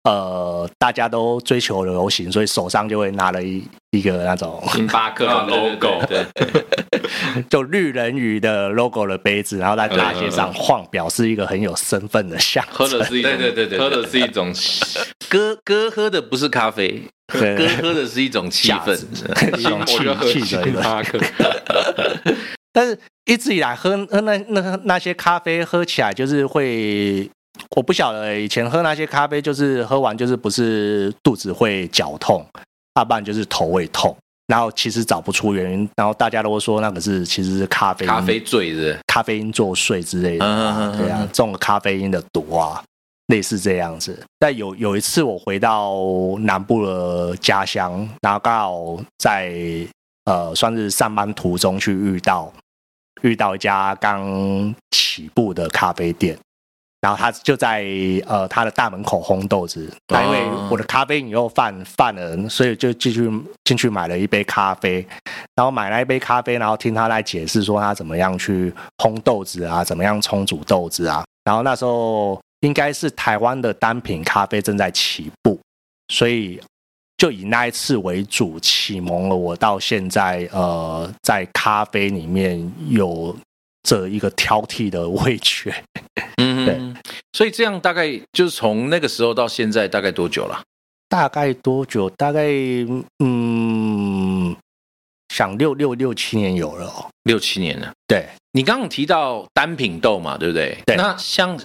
[SPEAKER 3] 呃，大家都追求流行，所以手上就会拿了一一个那种
[SPEAKER 2] 星巴克的 logo，
[SPEAKER 1] 啊对，对对
[SPEAKER 3] 就绿人鱼的 logo 的杯子，然后在大街上晃，表示一个很有身份的象
[SPEAKER 2] 呃喝
[SPEAKER 3] 征
[SPEAKER 2] 的。是一
[SPEAKER 1] 对对对对对
[SPEAKER 2] 喝的是一
[SPEAKER 1] [LAUGHS]
[SPEAKER 2] 种
[SPEAKER 1] 哥哥喝的不是咖 [LAUGHS] 啡，
[SPEAKER 3] 对
[SPEAKER 1] 哥喝的是一种气
[SPEAKER 3] 架
[SPEAKER 1] 氛
[SPEAKER 3] 子。 [LAUGHS] 一种
[SPEAKER 2] 我就喝
[SPEAKER 3] 气气的一
[SPEAKER 2] 星
[SPEAKER 3] 个
[SPEAKER 2] 巴克。
[SPEAKER 3] 但是一直以来喝喝那那那些咖啡喝起来就是会，我不晓得以前喝那些咖啡就是喝完就是不是肚子会绞痛，要不然就是头会痛，然后其实找不出原因，然后大家都会说那个是其实是咖啡因
[SPEAKER 1] 咖啡醉是不是
[SPEAKER 3] 咖啡因作祟之类的啊、
[SPEAKER 1] [LAUGHS] 嗯嗯嗯嗯
[SPEAKER 3] 对啊，中了咖啡因的毒啊，类似这样子。但有有一次我回到南部的家乡，然后刚好在呃算是上班途中去遇到遇到一家刚起步的咖啡店。然后他就在呃他的大门口烘豆子，那因为我的咖啡因又犯犯了，所以就继续进去买了一杯咖啡，然后买了一杯咖啡，然后听他来解释说他怎么样去烘豆子啊，怎么样冲煮豆子啊。然后那时候应该是台湾的单品咖啡正在起步，所以就以那一次为主启蒙了我到现在呃在咖啡里面有这一个挑剔的味觉。 [LAUGHS]
[SPEAKER 1] 嗯嗯，所以这样大概就是从那个时候到现在大概多久了？
[SPEAKER 3] 大概多久？大概嗯，想六六六七年有了、哦。
[SPEAKER 1] 六七年了。
[SPEAKER 3] 对，
[SPEAKER 1] 你刚刚提到单品豆嘛，对不对？
[SPEAKER 3] 对
[SPEAKER 1] 那像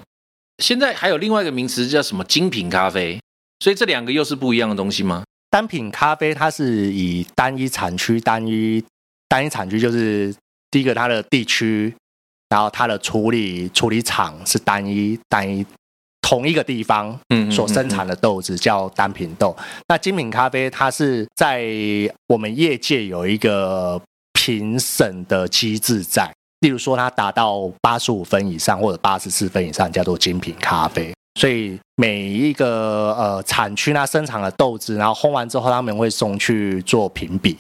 [SPEAKER 1] 现在还有另外一个名词叫什么精品咖啡，所以这两个又是不一样的东西吗？
[SPEAKER 3] 单品咖啡它是以单一产区、单一单一产区就是第一个它的地区，然后它的处理处理厂是单一单一同一个地方
[SPEAKER 1] 嗯嗯
[SPEAKER 3] 所生产的豆子叫单品豆。那精品咖啡它是在我们业界有一个评审的机制在，例如说它达到八十五分以上或者八十四分以上叫做精品咖啡。所以每一个呃产区它生产的豆子，然后烘完之后，他们会送去做评比，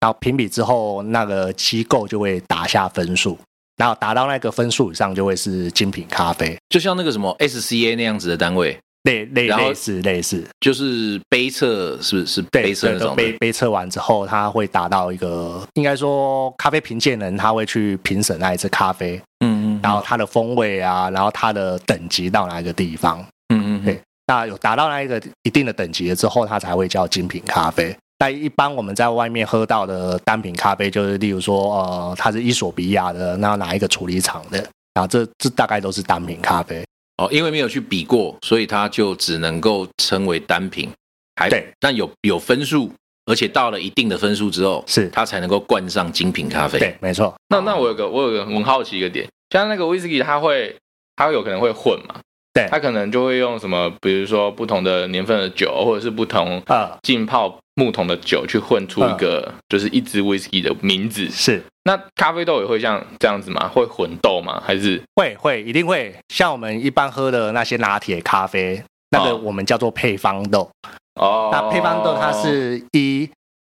[SPEAKER 3] 然后评比之后，那个机构就会打下分数，然后达到那个分数以上就会是精品咖啡，
[SPEAKER 1] 就像那个什么 SCA 那样子的单位，
[SPEAKER 3] 类类
[SPEAKER 1] 然后
[SPEAKER 3] 类似类似，
[SPEAKER 1] 就是杯测，是不是？是
[SPEAKER 3] 对，
[SPEAKER 1] 杯测那
[SPEAKER 3] 对
[SPEAKER 1] 种
[SPEAKER 3] 杯
[SPEAKER 1] 的。
[SPEAKER 3] 杯测完之后，它会达到一个，应该说咖啡评鉴人他会去评审那一支咖啡，
[SPEAKER 1] 嗯嗯，
[SPEAKER 3] 然后它的风味啊，然后它的等级到哪一个地方，
[SPEAKER 1] 嗯嗯嗯
[SPEAKER 3] 对那有达到那一个一定的等级了之后，它才会叫精品咖啡。但一般我们在外面喝到的单品咖啡，就是例如说，呃，它是伊索比亚的，那哪一个处理厂的，然后这这大概都是单品咖啡。
[SPEAKER 1] 哦，因为没有去比过，所以它就只能够称为单品。还
[SPEAKER 3] 对，
[SPEAKER 1] 但有有分数，而且到了一定的分数之后，
[SPEAKER 3] 是
[SPEAKER 1] 它才能够冠上精品咖啡。
[SPEAKER 3] 对，没错，
[SPEAKER 2] 那那我有个我有个很好奇一个点，像那个 whisky 它会它有可能会混嘛？
[SPEAKER 3] 对
[SPEAKER 2] 它可能就会用什么，比如说不同的年份的酒，或者是不同
[SPEAKER 3] 呃，
[SPEAKER 2] 浸泡木桶的酒，去混出一
[SPEAKER 3] 嗯
[SPEAKER 2] 个就是一支 whisky 的名字。
[SPEAKER 3] 是
[SPEAKER 2] 那咖啡豆也会像这样子吗？会混豆吗？还是
[SPEAKER 3] 会会一定会，像我们一般喝的那些拿铁咖啡，那个
[SPEAKER 2] 哦
[SPEAKER 3] 我们叫做配方豆。
[SPEAKER 2] 哦？
[SPEAKER 3] 那配方豆它是一，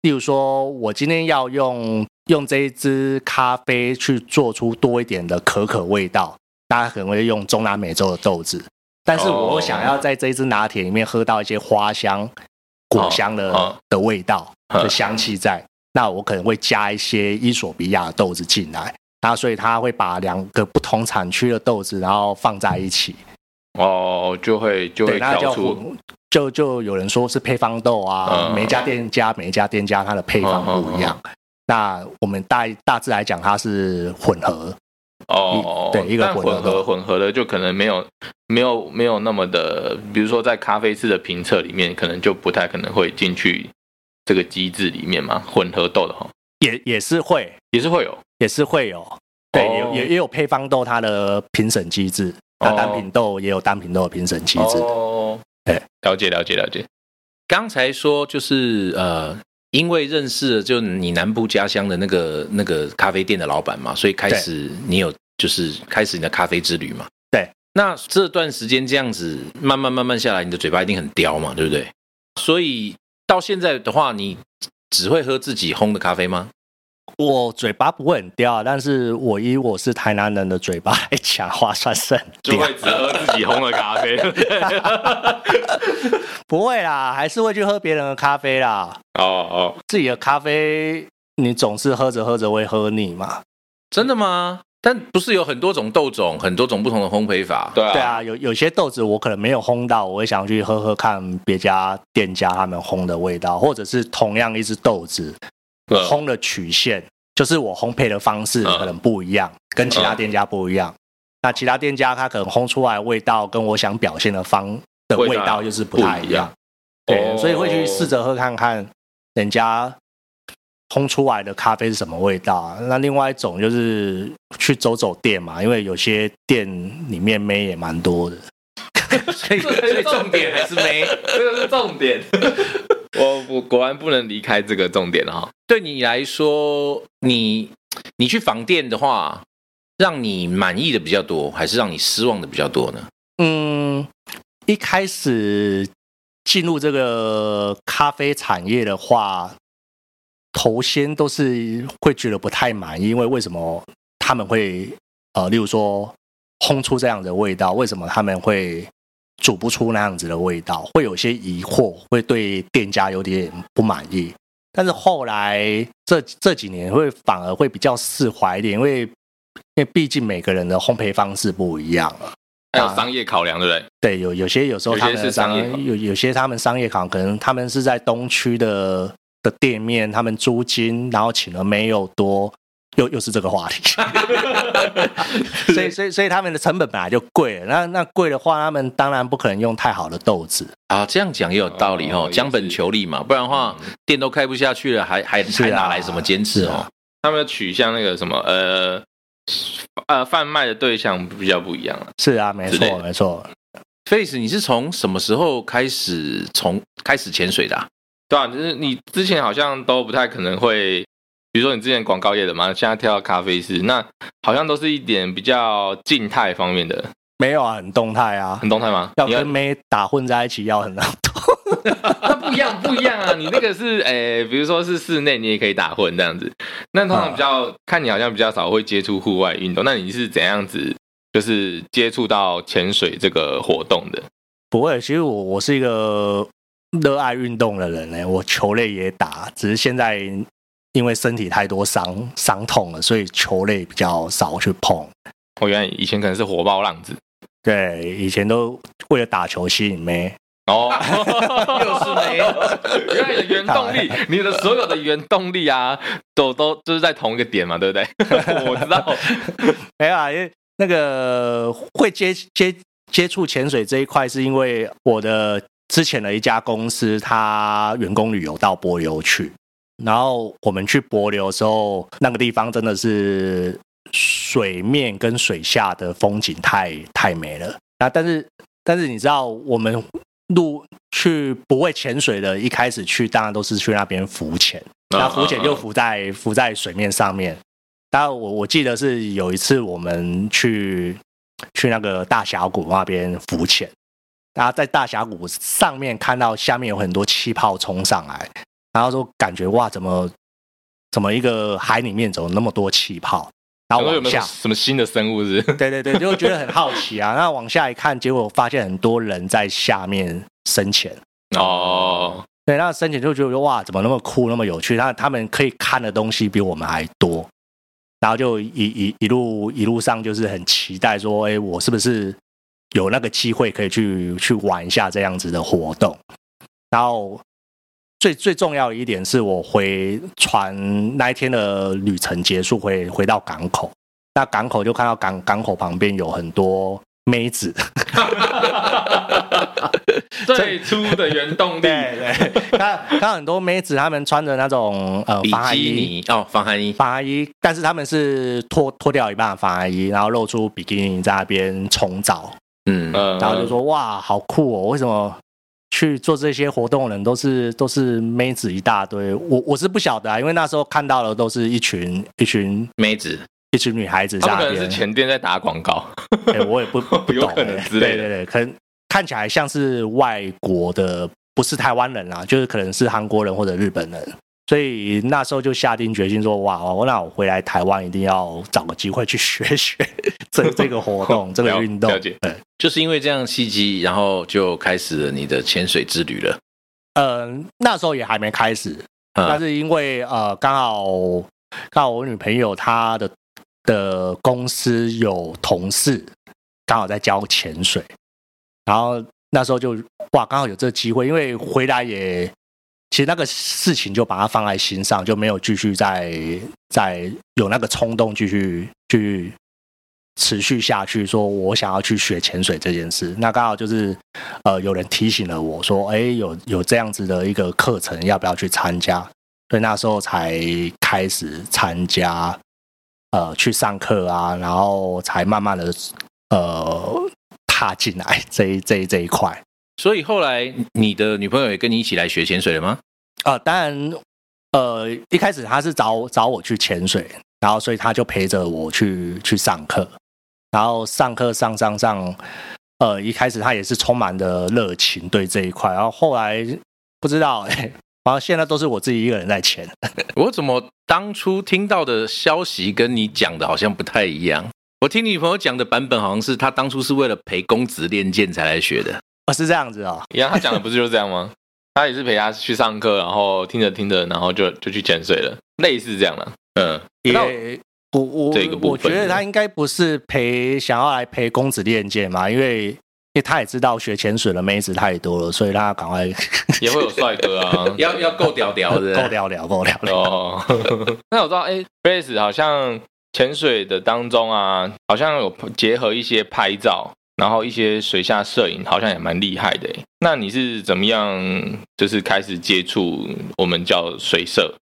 [SPEAKER 3] 例如说我今天要用用这一支咖啡去做出多一点的可可味道，大家可能会用中南美洲的豆子，但是我
[SPEAKER 2] 哦
[SPEAKER 3] 又想要在这一支拿铁里面喝到一些花香、果香的、
[SPEAKER 2] 哦哦
[SPEAKER 3] 的味道
[SPEAKER 2] 嗯
[SPEAKER 3] 的香气在，那我可能会加一些伊索比亚的豆子进来。那所以它会把两个不同产区的豆子，然后放在一起，
[SPEAKER 2] 哦，就会就
[SPEAKER 3] 对，
[SPEAKER 2] 会
[SPEAKER 3] 那
[SPEAKER 2] 调
[SPEAKER 3] 叫
[SPEAKER 2] 出
[SPEAKER 3] 混就就有人说是配方豆啊，
[SPEAKER 2] 嗯
[SPEAKER 3] 每一家店家每一家店家它的配方不一样，那我们大大致来讲，它是混合，
[SPEAKER 2] 哦，
[SPEAKER 3] 对一个
[SPEAKER 2] 但
[SPEAKER 3] 混
[SPEAKER 2] 混
[SPEAKER 3] 合
[SPEAKER 2] 合混合的就可能没有没有没有那么的，比如说在咖啡室的评测里面，可能就不太可能会进去这个机制里面嘛。混合豆的哈，
[SPEAKER 3] 也也是会，
[SPEAKER 2] 也是会有
[SPEAKER 3] 也是会有，对，也
[SPEAKER 2] 哦
[SPEAKER 3] 有也也有配方豆它的评审机制，那
[SPEAKER 2] 哦
[SPEAKER 3] 单品豆也有单品豆的评审机制，
[SPEAKER 2] 哦，
[SPEAKER 3] 对，
[SPEAKER 2] 了解了解了解，
[SPEAKER 1] 刚才说就是呃，因为认识了就你南部家乡的那个那个咖啡店的老板嘛，所以开始你有就是开始你的咖啡之旅嘛。
[SPEAKER 3] 对，
[SPEAKER 1] 那这段时间这样子慢慢慢慢下来，你的嘴巴一定很刁嘛，对不对？所以到现在的话，你只会喝自己烘的咖啡吗？
[SPEAKER 3] 我嘴巴不会很刁啊，但是我以我是台南人的嘴巴来讲话，算是很
[SPEAKER 2] 就
[SPEAKER 3] 刁
[SPEAKER 2] 会。只喝自己烘的咖 [LAUGHS] 啡。
[SPEAKER 3] 不会啦，还是会去喝别人的咖啡啦。
[SPEAKER 2] 哦哦，
[SPEAKER 3] 自己的咖啡，你总是喝着喝着会喝腻嘛。
[SPEAKER 1] 真的吗？但不是有很多种豆种，很多种不同的烘焙法？
[SPEAKER 2] 对啊，
[SPEAKER 3] 对啊，有有些豆子我可能没有烘到，我会想去喝喝看别家店家他们烘的味道，或者是同样一只豆子
[SPEAKER 2] 嗯，
[SPEAKER 3] 啊烘的曲线，就是我烘焙的方式
[SPEAKER 2] 嗯
[SPEAKER 3] 可能不一样，跟其他店家不一样。那其他店家他可能烘出来的味道跟我想表现的方的
[SPEAKER 2] 味
[SPEAKER 3] 味
[SPEAKER 2] 道
[SPEAKER 3] 道就是不太
[SPEAKER 2] 不
[SPEAKER 3] 一
[SPEAKER 2] 一样
[SPEAKER 3] 样，对，
[SPEAKER 2] 哦
[SPEAKER 3] 所以会去试着喝看看人家烘出来的咖啡是什么味道啊。那另外一种就是去走走店嘛，因为有些店里面妹也蛮多的。
[SPEAKER 1] 所以所以重点还是没。
[SPEAKER 2] 这个是重点。 [LAUGHS] 我我果然不能离开这个重点哈、哦。
[SPEAKER 1] 对你来说，你你去访店的话，让你满意的比较多，还是让你失望的比较多呢？
[SPEAKER 3] 嗯，一开始进入这个咖啡产业的话，头先都是会觉得不太满意，因为为什么他们会呃，例如说烘出这样的味道，为什么他们会煮不出那样子的味道，会有些疑惑，会对店家有点不满意。但是后来这这几年会反而会比较释怀一点，因为因为毕竟每个人的烘焙方式不一样了。
[SPEAKER 2] 还有
[SPEAKER 3] 啊
[SPEAKER 2] 商业考量，对不对？
[SPEAKER 3] 对，有有些有时候
[SPEAKER 2] 有些
[SPEAKER 3] 他们的
[SPEAKER 2] 是商业考
[SPEAKER 3] 有有些他们商业行可能他们是在东区的的店面，他们租金，然后请了没有多，又又是这个话题，
[SPEAKER 2] [LAUGHS]
[SPEAKER 3] 所以所以所以他们的成本本来就贵了，那那贵的话，他们当然不可能用太好的豆子，
[SPEAKER 1] 啊，这样讲也有道理
[SPEAKER 2] 哦
[SPEAKER 1] 哦
[SPEAKER 2] 也，是
[SPEAKER 1] 将本求利嘛，不然的话店都开不下去了，还还
[SPEAKER 3] 是啊
[SPEAKER 1] 还哪来什么坚持
[SPEAKER 3] 是
[SPEAKER 1] 哦
[SPEAKER 3] 啊？
[SPEAKER 2] 他们的取向那个什么呃呃贩卖的对象比较不一样了。
[SPEAKER 3] 是啊，没
[SPEAKER 2] 之类的
[SPEAKER 3] 错没错，
[SPEAKER 1] Face，你是从什么时候开始从开始潜水的啊、
[SPEAKER 2] 对啊，就是你之前好像都不太可能会，比如说你之前广告业的嘛，现在跳到咖啡师，那好像都是一点比较静态方面的，
[SPEAKER 3] 没有啊，很动态啊，
[SPEAKER 2] 很动态吗？
[SPEAKER 3] 要
[SPEAKER 2] 你
[SPEAKER 3] 跟妹打混在一起要很难
[SPEAKER 2] 那不一样，不一样啊！你那个是诶、比如说是室内，你也可以打混这样子。那通常比较、看你好像比较少会接触户外运动，那你是怎样子就是接触到潜水这个活动的？
[SPEAKER 3] 不会，其实我我是一个热爱运动的人呢、欸我球类也打，只是现在因为身体太多伤伤痛了，所以球类比较少去碰。
[SPEAKER 2] 我原来以前可能是火爆浪子
[SPEAKER 3] 对，以前都为了打球吸引妹， [LAUGHS]
[SPEAKER 2] 哦，
[SPEAKER 1] 又是没
[SPEAKER 2] 有，原来你的原动力，你的所有的原动力啊，都都就是在同一个点嘛，对不
[SPEAKER 3] [LAUGHS]
[SPEAKER 2] 对？我知道，
[SPEAKER 3] 没有啊，因为那个会接接接触潜水这一块，是因为我的之前的一家公司，它员工旅游到帛琉去，然后我们去帛琉的时候，那个地方真的是水面跟水下的风景太太美了。那但是但是你知道，我们入去不会潜水的，一开始去当然都是去那边浮潜。那浮潜就浮在浮在水面上面。当然，我我记得是有一次我们去去那个大峡谷那边浮潜，大家在大峡谷上面看到下面有很多气泡冲上来，然后说感觉哇，怎么怎么一个海里面怎么那么多气泡？然
[SPEAKER 2] 然
[SPEAKER 3] 后
[SPEAKER 2] 后有
[SPEAKER 3] 往
[SPEAKER 2] 没有
[SPEAKER 3] 下，
[SPEAKER 2] 什么新的生物
[SPEAKER 3] [LAUGHS]
[SPEAKER 2] 是不是？
[SPEAKER 3] 对对对，就觉得很好奇啊。那往下一看，结果发现很多人在下面深潜。 [LAUGHS]
[SPEAKER 2] 哦，
[SPEAKER 3] 对，那深潜就觉得说哇，怎么那么酷，那么有趣？那他们可以看的东西比我们还多，然后就一一一路一路上就是很期待说，哎，我是不是有那个机会可以去去玩一下这样子的活动？然后最最重要的一点是我回船那一天的旅程结束回回到港口，那港口就看到港港口旁边有很多妹子，
[SPEAKER 2] 最初的原动力，
[SPEAKER 3] [LAUGHS] 对对，看看到很多妹子她们穿着那种呃
[SPEAKER 1] 比
[SPEAKER 3] 防寒
[SPEAKER 1] 基
[SPEAKER 3] 衣，
[SPEAKER 1] 尼哦，防寒衣，
[SPEAKER 3] 防寒衣，但是她们是脱脱掉一半的防寒衣，然后露出比基尼在那边冲澡，
[SPEAKER 1] 嗯，
[SPEAKER 2] 嗯
[SPEAKER 3] 然后就说哇，好酷哦！为什么去做这些活动的人都是都是妹子一大堆？我我是不晓得啊，因为那时候看到的都是一群一群
[SPEAKER 1] 妹子，
[SPEAKER 3] 一群女孩子在
[SPEAKER 2] 他
[SPEAKER 3] 那
[SPEAKER 2] 们可能是
[SPEAKER 3] 边，
[SPEAKER 2] 前店在打广告，
[SPEAKER 3] 哎
[SPEAKER 2] [LAUGHS]
[SPEAKER 3] 我也不不
[SPEAKER 2] 有
[SPEAKER 3] 懂、
[SPEAKER 2] 可能
[SPEAKER 3] 哎
[SPEAKER 2] 之类的
[SPEAKER 3] 对对对，可能看起来像是外国的，不是台湾人啊，就是可能是韩国人或者日本人。所以那时候就下定决心说，哇，我那我回来台湾一定要找个机会去学学 [LAUGHS] 这这个
[SPEAKER 2] [LAUGHS]
[SPEAKER 3] 活动，这个
[SPEAKER 2] 了
[SPEAKER 3] 运动
[SPEAKER 2] 了解。
[SPEAKER 3] 对
[SPEAKER 1] 就是因为这样的契机，然后就开始了你的潜水之旅了。
[SPEAKER 3] 呃，那时候也还没开始，
[SPEAKER 1] 嗯
[SPEAKER 3] 但是因为呃，刚好刚好我女朋友她的的公司有同事刚好在教潜水，然后那时候就哇，刚好有这个机会，因为回来也其实那个事情就把它放在心上，就没有继续再再有那个冲动继续去持续下去，说我想要去学潜水这件事。那刚好就是呃，有人提醒了我说，哎，有有这样子的一个课程，要不要去参加？所以那时候才开始参加，呃，去上课啊，然后才慢慢的呃踏进来这一这一这一块。
[SPEAKER 1] 所以后来你的女朋友也跟你一起来学潜水了吗？
[SPEAKER 3] 呃，当然，呃，一开始他是找我找我去潜水，然后所以他就陪着我去去上课，然后上课上上上，呃，一开始他也是充满的热情对这一块，然后后来不知道、欸，然后现在都是我自己一个人在潜， [LAUGHS]
[SPEAKER 1] 我怎么当初听到的消息跟你讲的好像不太一样？我听你女朋友讲的版本好像是她当初是为了陪公子练剑才来学的。。
[SPEAKER 3] 哦，是这样子哦，
[SPEAKER 2] 一样，他讲的不是就是这样吗？他也是陪他去上课，然后听着听着，然后就就去潜水了，类似这样了。嗯，那我
[SPEAKER 3] 也。我我
[SPEAKER 2] 这个部
[SPEAKER 3] 我觉
[SPEAKER 2] 分
[SPEAKER 3] 得他应该不是陪想要来陪公子练剑嘛，因为因为他也知道学潜水的妹子太多了，所以他赶快
[SPEAKER 2] 也会有帅哥
[SPEAKER 3] [LAUGHS]
[SPEAKER 2] 啊
[SPEAKER 1] 要要 [LAUGHS] 够屌屌的，
[SPEAKER 3] 够聊聊够聊聊。
[SPEAKER 2] 哦， [LAUGHS] 那我知道，哎、b r a c e 好像潜水的当中啊，好像有结合一些拍照，然后一些水下摄影，好像也蛮厉害的诶。那你是怎么样，就是开始接触我们叫水社？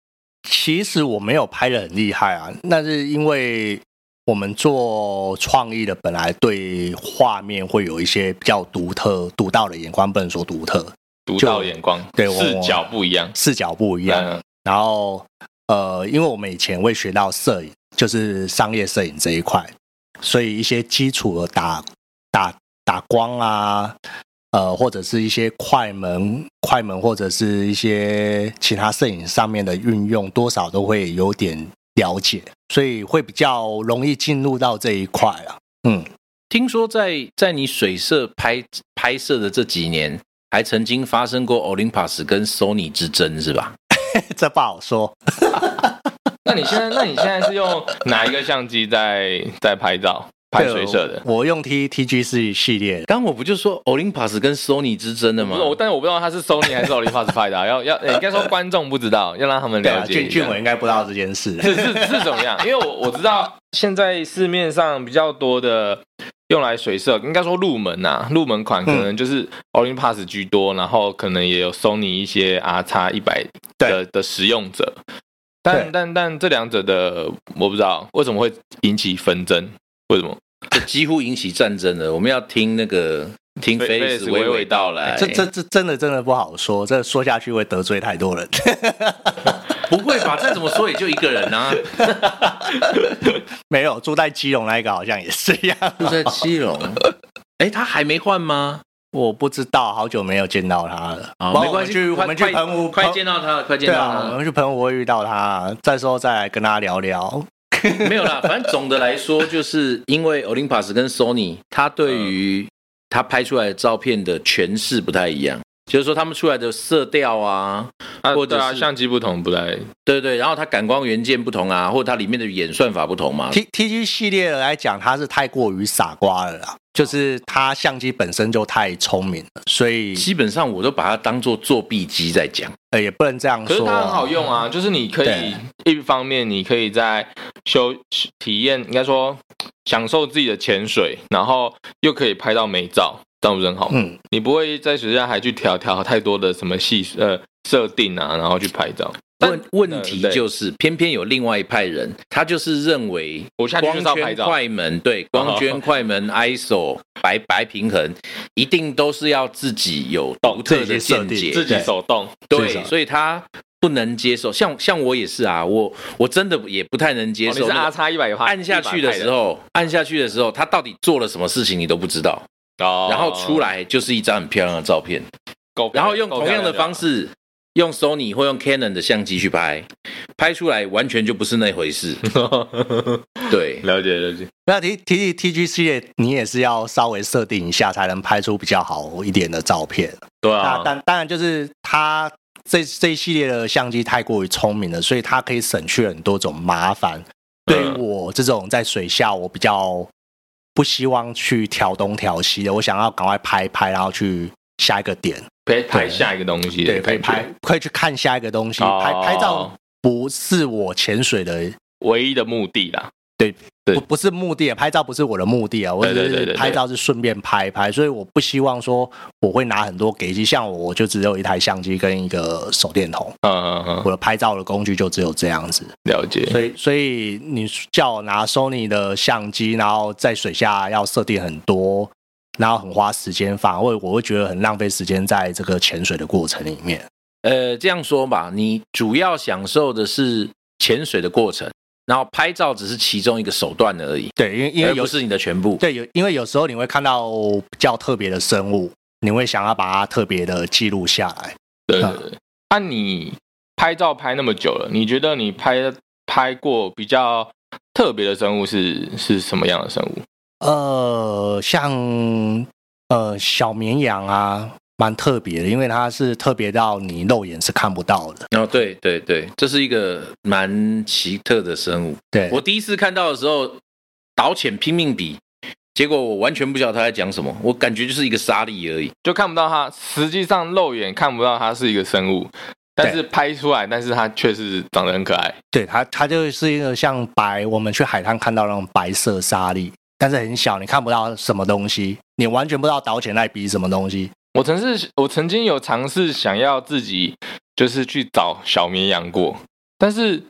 [SPEAKER 3] 其实我没有拍的很厉害啊，那是因为我们做创意的，本来对画面会有一些比较独特、独到的眼光，不能说独特，
[SPEAKER 2] 独到眼光，
[SPEAKER 3] 对我
[SPEAKER 2] 视角不一样，
[SPEAKER 3] 视角不一样。
[SPEAKER 2] 嗯，
[SPEAKER 3] 然后呃，因为我们以前会学到摄影，就是商业摄影这一块，所以一些基础的打打打光啊，呃，或者是一些快门、快门或者是一些其他摄影上面的运用，多少都会有点了解，所以会比较容易进入到这一块啊。 [LAUGHS] 嗯，
[SPEAKER 1] 听说在在你水社拍拍摄的这几年，还曾经发生过 Olympus 跟 Sony 之争，是吧？
[SPEAKER 3] 这不好说。
[SPEAKER 2] 那你现在，那你现在是用哪一个相机在在拍照？拍水社的？
[SPEAKER 3] 我用 T T G 是系列的，
[SPEAKER 1] 刚刚我不就说 Olympus 跟 Sony 之争了
[SPEAKER 2] 不
[SPEAKER 1] 吗
[SPEAKER 2] 是？我，但是我不知道他是 Sony 还是 Olympus 拍的、啊，要要、诶应该说观众不知道，要让他们
[SPEAKER 3] 对啊，
[SPEAKER 2] 了解
[SPEAKER 3] 俊
[SPEAKER 2] 一下。
[SPEAKER 3] 俊伟应该不知道这件事。
[SPEAKER 2] 是是是怎么样？因为我我知道现在市面上比较多的用来水色，应该说入门呐、入门款可能就是 Olympus 居多，然后可能也有 Sony 一些 R x 一百的的使用者。但
[SPEAKER 3] 对
[SPEAKER 2] 但但这两者的我不知道为什么会引起纷争，为什么？
[SPEAKER 1] 这几乎引起战争了。我们要听那个听
[SPEAKER 2] 菲
[SPEAKER 1] 菲
[SPEAKER 2] 菲
[SPEAKER 1] 斯
[SPEAKER 2] 斯娓
[SPEAKER 1] 娓娓
[SPEAKER 2] 娓
[SPEAKER 1] 道
[SPEAKER 2] 道
[SPEAKER 1] 来。
[SPEAKER 3] 这这这真的真的不好说，这说下去会得罪太多人。 [LAUGHS]
[SPEAKER 1] 不会吧？再怎么说也就一个人啊，
[SPEAKER 3] 没有住在基隆那一个好像也是一样， [LAUGHS]
[SPEAKER 1] 住在基隆。哎，他还没换吗？
[SPEAKER 3] 我不知道，好久没有见到他了。
[SPEAKER 1] 啊，
[SPEAKER 3] 不然
[SPEAKER 1] 没关系，
[SPEAKER 3] 哦我
[SPEAKER 1] 快
[SPEAKER 3] 们去我们去
[SPEAKER 1] 快
[SPEAKER 3] 澎湖，
[SPEAKER 1] 快
[SPEAKER 3] 澎
[SPEAKER 1] 见到他了，快见
[SPEAKER 3] 对
[SPEAKER 1] 到
[SPEAKER 3] 啊，我
[SPEAKER 1] 他
[SPEAKER 3] 们去澎湖会遇到他，再说再来跟他聊聊。
[SPEAKER 1] 了。没有啦，反正总的来说，就是因为
[SPEAKER 3] 嗯
[SPEAKER 1] Olympus 跟 Sony，他对于他拍出来的照片的诠释不太一样。就是说他们出来的色调啊，
[SPEAKER 2] 啊
[SPEAKER 1] 或者
[SPEAKER 2] 对啊，
[SPEAKER 1] 是
[SPEAKER 2] 相机不同不太
[SPEAKER 1] 对对，然后它感光元件不同啊，或者它里面的演算法不同嘛，
[SPEAKER 3] T T G 系列来讲，它是太过于傻瓜了啦，就是它相机本身就太聪明了，所以
[SPEAKER 1] 基本上我都把它当做作弊机在讲。
[SPEAKER 3] 呃也不能这样
[SPEAKER 2] 可
[SPEAKER 3] 说。
[SPEAKER 2] 是它很好用
[SPEAKER 1] 嗯
[SPEAKER 2] 啊，就是你可以一方面你可以在休体验，应该说享受自己的潜水，然后又可以拍到美照，这样不是很好吗？
[SPEAKER 3] 嗯，
[SPEAKER 2] 你不会在水下还去调调太多的什么细呃设定啊，然后去拍照。但呃
[SPEAKER 1] 问问题就是，偏偏有另外一派人，他就是认为
[SPEAKER 2] 我下去就
[SPEAKER 1] 光
[SPEAKER 2] 是要拍
[SPEAKER 1] 圈
[SPEAKER 2] 照，哦
[SPEAKER 1] 快门，对，光圈快
[SPEAKER 2] [LAUGHS]
[SPEAKER 1] 门、ISO、白白平衡，一定都是要自己有独特的
[SPEAKER 3] 自己设
[SPEAKER 1] 见
[SPEAKER 3] 定
[SPEAKER 1] 解，
[SPEAKER 2] 自己
[SPEAKER 3] 对
[SPEAKER 2] 手动。
[SPEAKER 3] 自己
[SPEAKER 1] 对，
[SPEAKER 3] 设
[SPEAKER 1] 所以他不能接受。像像我也是啊，我我真的也不太能接
[SPEAKER 2] 哦、你
[SPEAKER 1] 受
[SPEAKER 2] 是
[SPEAKER 1] 那个。
[SPEAKER 2] R 叉一百
[SPEAKER 1] 按下去的时，候，按下去的时候，他到底做了什么事情你都不知道，
[SPEAKER 2] 哦、
[SPEAKER 1] 然后出来就是一张很漂亮的照片，
[SPEAKER 2] 够漂亮，
[SPEAKER 1] 然后用
[SPEAKER 2] 够
[SPEAKER 1] 同样的
[SPEAKER 2] 漂亮
[SPEAKER 1] 方，式，用 Sony 或用 Canon 的相机去拍，拍出来完全就不是那
[SPEAKER 3] [LAUGHS]
[SPEAKER 1] 回事。对，
[SPEAKER 2] [LAUGHS] 了解了解。
[SPEAKER 3] 那 T T T G 系列你也是要稍微设定一下，才能拍出比较好一点的照片。
[SPEAKER 2] 对
[SPEAKER 3] 那
[SPEAKER 2] 啊，
[SPEAKER 3] 当当然就是它这这一系列的相机太过于聪明了，所以它可以省去很多种麻烦。对
[SPEAKER 2] 嗯
[SPEAKER 3] 于我这种在水下，我比较不希望去调东调西的，我想要赶快拍一拍，然后去下一个点，
[SPEAKER 2] 可以拍下一个东西的
[SPEAKER 3] 对，可以
[SPEAKER 2] 感觉
[SPEAKER 3] 拍，可以去看下一个东西，
[SPEAKER 2] 哦
[SPEAKER 3] 拍拍照不是我潜水的
[SPEAKER 2] 唯一的目的啦。对
[SPEAKER 3] 不不是目的，啊拍照不是我的目的啊，我
[SPEAKER 2] 对对
[SPEAKER 3] 只
[SPEAKER 2] 对对
[SPEAKER 3] 是
[SPEAKER 2] 对
[SPEAKER 3] 拍照是顺便拍一拍，所以我不希望说我会拿很多给机，像我我就只有一台相机跟一个手电筒，
[SPEAKER 2] 嗯嗯嗯，
[SPEAKER 3] 我的拍照的工具就只有这样子，
[SPEAKER 2] 了解。
[SPEAKER 3] 所以所以你叫我拿 Sony 的相机，然后在水下要设定很多，然后很花时间，反而会我会觉得很浪费时间在这个潜水的过程里面。
[SPEAKER 1] 呃，这样说吧，你主要享受的是潜水的过程，然后拍照只是其中一个手段而已，
[SPEAKER 3] 对，因为因为
[SPEAKER 1] 而
[SPEAKER 3] 有
[SPEAKER 1] 不是你的全部。
[SPEAKER 3] 对，有因为有时候你会看到比较特别的生物，你会想要把它特别的记录下来。
[SPEAKER 2] 对对对。那、你拍照拍那么久了，你觉得你拍拍过比较特别的生物是是什么样的生物？
[SPEAKER 3] 呃，像呃小绵羊啊，蛮特别的，因为它是特别到你肉眼是看不到的。
[SPEAKER 1] 哦，对对对，这是一个蛮奇特的生物。
[SPEAKER 3] 对，
[SPEAKER 1] 我第一次看到的时候，导潜拼命比，结果我完全不晓得他在讲什么，我感觉就是一个沙粒而已。
[SPEAKER 2] 就看不到它，实际上肉眼看不到它是一个生物，但是拍出来，但是它确实长得很可爱。
[SPEAKER 3] 对它它就是一个像白，我们去海滩看到那种白色沙粒，但是很小，你看不到什么东西，你完全不知道导潜在比什么东西。
[SPEAKER 2] 我曾是，我曾经有尝试想要自己就是去找小绵羊过，但是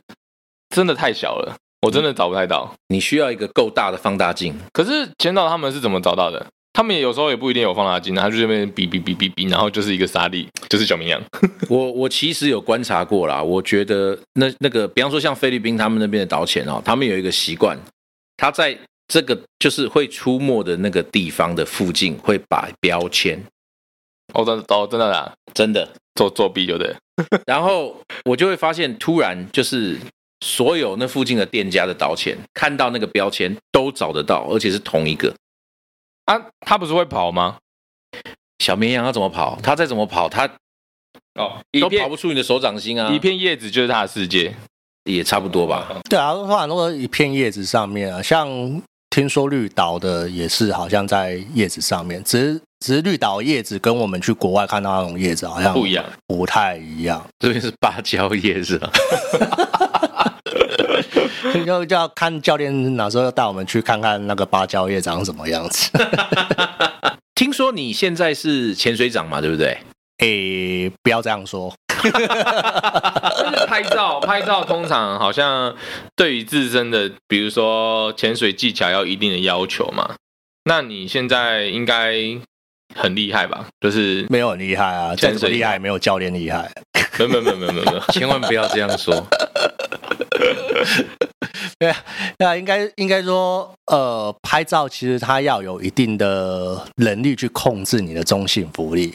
[SPEAKER 2] 真的太小了，我真的找不太到。
[SPEAKER 1] 你需要一个够大的放大镜，
[SPEAKER 2] 可是前导他们是怎么找到的？他们也有时候也不一定有放大镜，然后就这边比比比比比，然后就是一个沙粒，就是小绵羊。
[SPEAKER 1] 我我其实有观察过啦，我觉得那那个，比方说像菲律宾他们那边的导潜哦，他们有一个习惯，他在这个就是会出没的那个地方的附近会摆标签，
[SPEAKER 2] 哦，真的，哦，真的啦，
[SPEAKER 1] 真的。
[SPEAKER 2] 做作弊就对了。
[SPEAKER 1] [LAUGHS] 然后我就会发现，突然就是所有那附近的店家的导潜看到那个标签都找得到，而且是同一个。
[SPEAKER 2] 啊，他不是会跑吗？
[SPEAKER 1] 小绵羊要怎么跑？它再怎么跑，它
[SPEAKER 2] 哦，一
[SPEAKER 1] 都跑
[SPEAKER 2] 片
[SPEAKER 1] 不出你的手掌心啊！
[SPEAKER 2] 一片嗯叶子就是他的世界，
[SPEAKER 1] 也差不多吧。
[SPEAKER 3] 对啊，通常都是一片叶子上面啊，像听说绿岛的也是好像在叶子上面，只是只是绿岛叶子跟我们去国外看到那种叶子好像
[SPEAKER 2] 不一样，
[SPEAKER 3] 不太一样，
[SPEAKER 1] 这边是芭蕉叶是吧？
[SPEAKER 3] 所以就就要看教练哪时候要带我们去看看那个芭蕉叶长什么样子。 [LAUGHS]
[SPEAKER 1] 听说你现在是潜水长嘛，对不 [LAUGHS] 对？
[SPEAKER 3] 诶、不要这样说， [LAUGHS]
[SPEAKER 2] 就是拍照， [LAUGHS] 拍照通常好像对于自身的，比如说潜水技巧要一定的要求嘛。那你现在应该很厉害吧？就是
[SPEAKER 3] 没有很厉害啊，
[SPEAKER 2] 潜
[SPEAKER 3] 再
[SPEAKER 2] 水
[SPEAKER 3] 怎么厉害也没有教练厉害。
[SPEAKER 2] 没有没有没有没有没有没有，
[SPEAKER 1] 千万不要这样说。
[SPEAKER 3] 对啊，对啊，应该应该说，呃，拍照其实它要有一定的能力去控制你的中性浮力，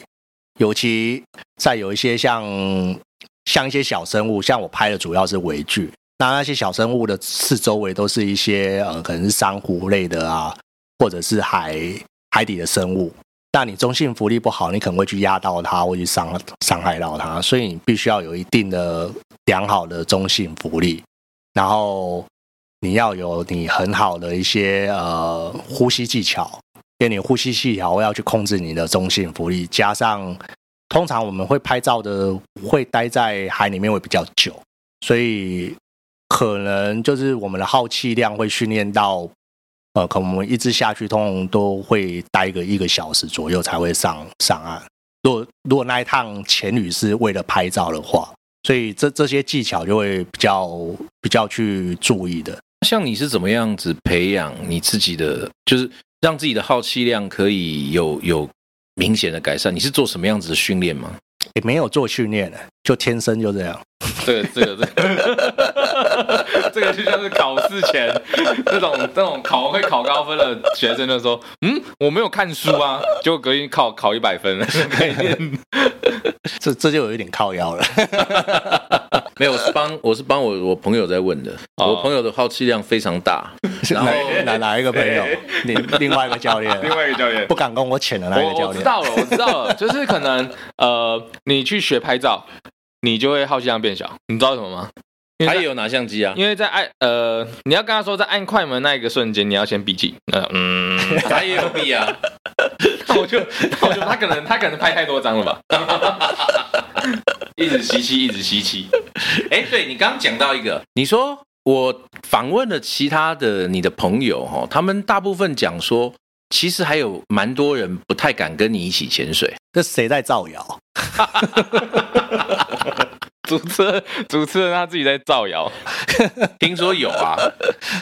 [SPEAKER 3] 尤其在有一些像像一些小生物，像我拍的主要是尾距，那那些小生物的四周围都是一些呃，可能是珊瑚类的啊，或者是海海底的生物。那你中性福利不好，你可能会去压到它，或去伤伤害到它，所以你必须要有一定的良好的中性福利，然后你要有你很好的一些呃呼吸技巧，因为你呼吸技巧要去控制你的中性浮力，加上通常我们会拍照的会待在海里面会比较久，所以可能就是我们的耗气量会训练到，呃，可能我们一直下去通常都会待个一个小时左右才会上上岸。如果如果那一趟潜旅是为了拍照的话，所以这这些技巧就会比较比较去注意的。
[SPEAKER 1] 像你是怎么样子培养你自己的，就是让自己的耗气量可以有有明显的改善？你是做什么样子的训练吗？
[SPEAKER 3] 也没有做训练的，就天生就这样。
[SPEAKER 2] 这个这 [LAUGHS] 个这个，这个就像是考试前那种那种考会考高分的学生就说，嗯，我没有看书啊，结果隔天考考一百 [LAUGHS] 分，概念。
[SPEAKER 3] 这这就有一点靠
[SPEAKER 2] [LAUGHS]
[SPEAKER 3] 腰了。
[SPEAKER 1] 没有，我是帮我是帮我我朋友在问的，
[SPEAKER 2] 哦
[SPEAKER 1] 我朋友的耗气量非常大，然后
[SPEAKER 3] 哪哪哪一个朋
[SPEAKER 2] [LAUGHS]
[SPEAKER 3] 友？另另外一个教练，啊
[SPEAKER 2] 另外一个教练
[SPEAKER 3] 不敢跟我潜的那一个
[SPEAKER 2] 我
[SPEAKER 3] 教
[SPEAKER 2] 我知
[SPEAKER 3] 练。
[SPEAKER 2] 道了，我知道了，就是可能呃，你去学拍照，你就会好奇量变小，你知道为什么吗？因为
[SPEAKER 1] 他
[SPEAKER 2] 在
[SPEAKER 1] 也有拿相机啊，
[SPEAKER 2] 因为在按呃，你要跟他说在按快门那一个瞬间，你要先闭气。呃嗯，
[SPEAKER 1] 他也有臂啊，
[SPEAKER 2] 那我就那 [LAUGHS] 我就他可能他可能拍太多张了 [LAUGHS] 吧，一直吸气，一直吸气。
[SPEAKER 1] [LAUGHS] 哎，对你刚刚讲到一个，你说我访问了其他的你的朋友哈，他们大部分讲说，其实还有蛮多人不太敢跟你一起潜水。
[SPEAKER 3] 这谁在造谣？
[SPEAKER 2] 主持人主持人他自己在造谣，
[SPEAKER 1] 听说有啊，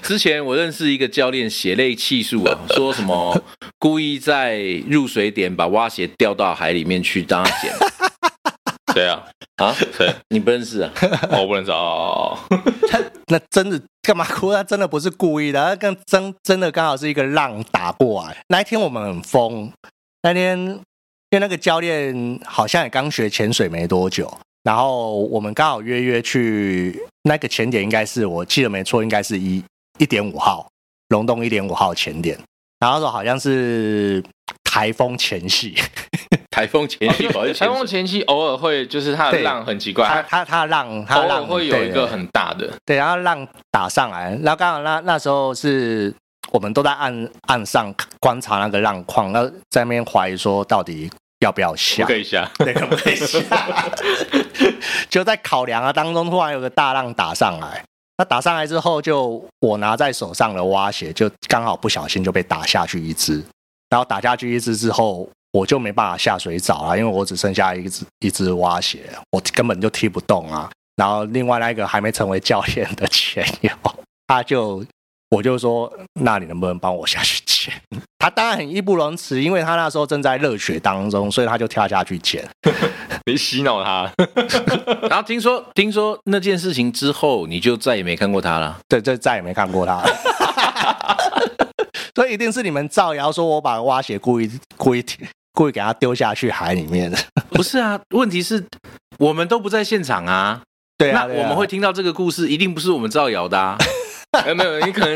[SPEAKER 1] 之前我认识一个教练，血泪气数啊，说什么故意在入水点把蛙鞋掉到海里面去当他捡
[SPEAKER 2] 对啊， [LAUGHS]
[SPEAKER 1] 啊，
[SPEAKER 2] 对，
[SPEAKER 1] 你不认识啊？
[SPEAKER 2] 我不能找。哦
[SPEAKER 3] 那真的干嘛哭？他真的不是故意的，他跟真真的刚好是一个浪打过来。那一天我们很疯，那天因为那个教练好像也刚学潜水没多久，然后我们刚好约约去那个潜点，应该是我记得没错，应该是一一点五号龙洞一点五号潜点，然后那时候好像是台风前夕。
[SPEAKER 1] 台风前夕跑去
[SPEAKER 2] 台
[SPEAKER 1] 潜
[SPEAKER 2] 风
[SPEAKER 1] 水，
[SPEAKER 2] 前期偶尔会就是它的
[SPEAKER 3] 对
[SPEAKER 2] 浪很奇怪，
[SPEAKER 3] 他
[SPEAKER 2] 它
[SPEAKER 3] 他他让他
[SPEAKER 2] 偶尔
[SPEAKER 3] 让
[SPEAKER 2] 会有一
[SPEAKER 3] 对
[SPEAKER 2] 个很大的。
[SPEAKER 3] 对，然后浪打上来，然后刚好那那时候是我们都在岸岸上观察那个浪况，那在那边怀疑说到底要不要下，
[SPEAKER 2] 可以下，
[SPEAKER 3] 对，可不可以下？就在考量啊当中，突然有个大浪打上来，那打上来之后就，我拿在手上的蛙鞋就刚好不小心就被打下去一只，然后打下去一只之后。我就没办法下水找了、因为我只剩下一只一只蛙鞋，我根本就踢不动啊。然后另外那个还没成为教练的前友，他就我就说，那你能不能帮我下去捡？他当然很义不容辞，因为他那时候正在热血当中，所以他就跳下去捡。
[SPEAKER 2] [LAUGHS] 你洗脑 [LAUGHS] 他。
[SPEAKER 1] 然后听说听说那件事情之后，你就再也没看过他了。
[SPEAKER 3] 对，这再也没看过他了。 [LAUGHS] 所以一定是你们造谣说我把蛙鞋故意故意故意给他丢下去海里面的。
[SPEAKER 1] 不是啊，问题是我们都不在现场啊，
[SPEAKER 3] 对
[SPEAKER 1] 那
[SPEAKER 3] 啊，对啊
[SPEAKER 1] 我们会听到这个故事，一定不是我们造谣的啊，
[SPEAKER 2] 哎，没有，你可能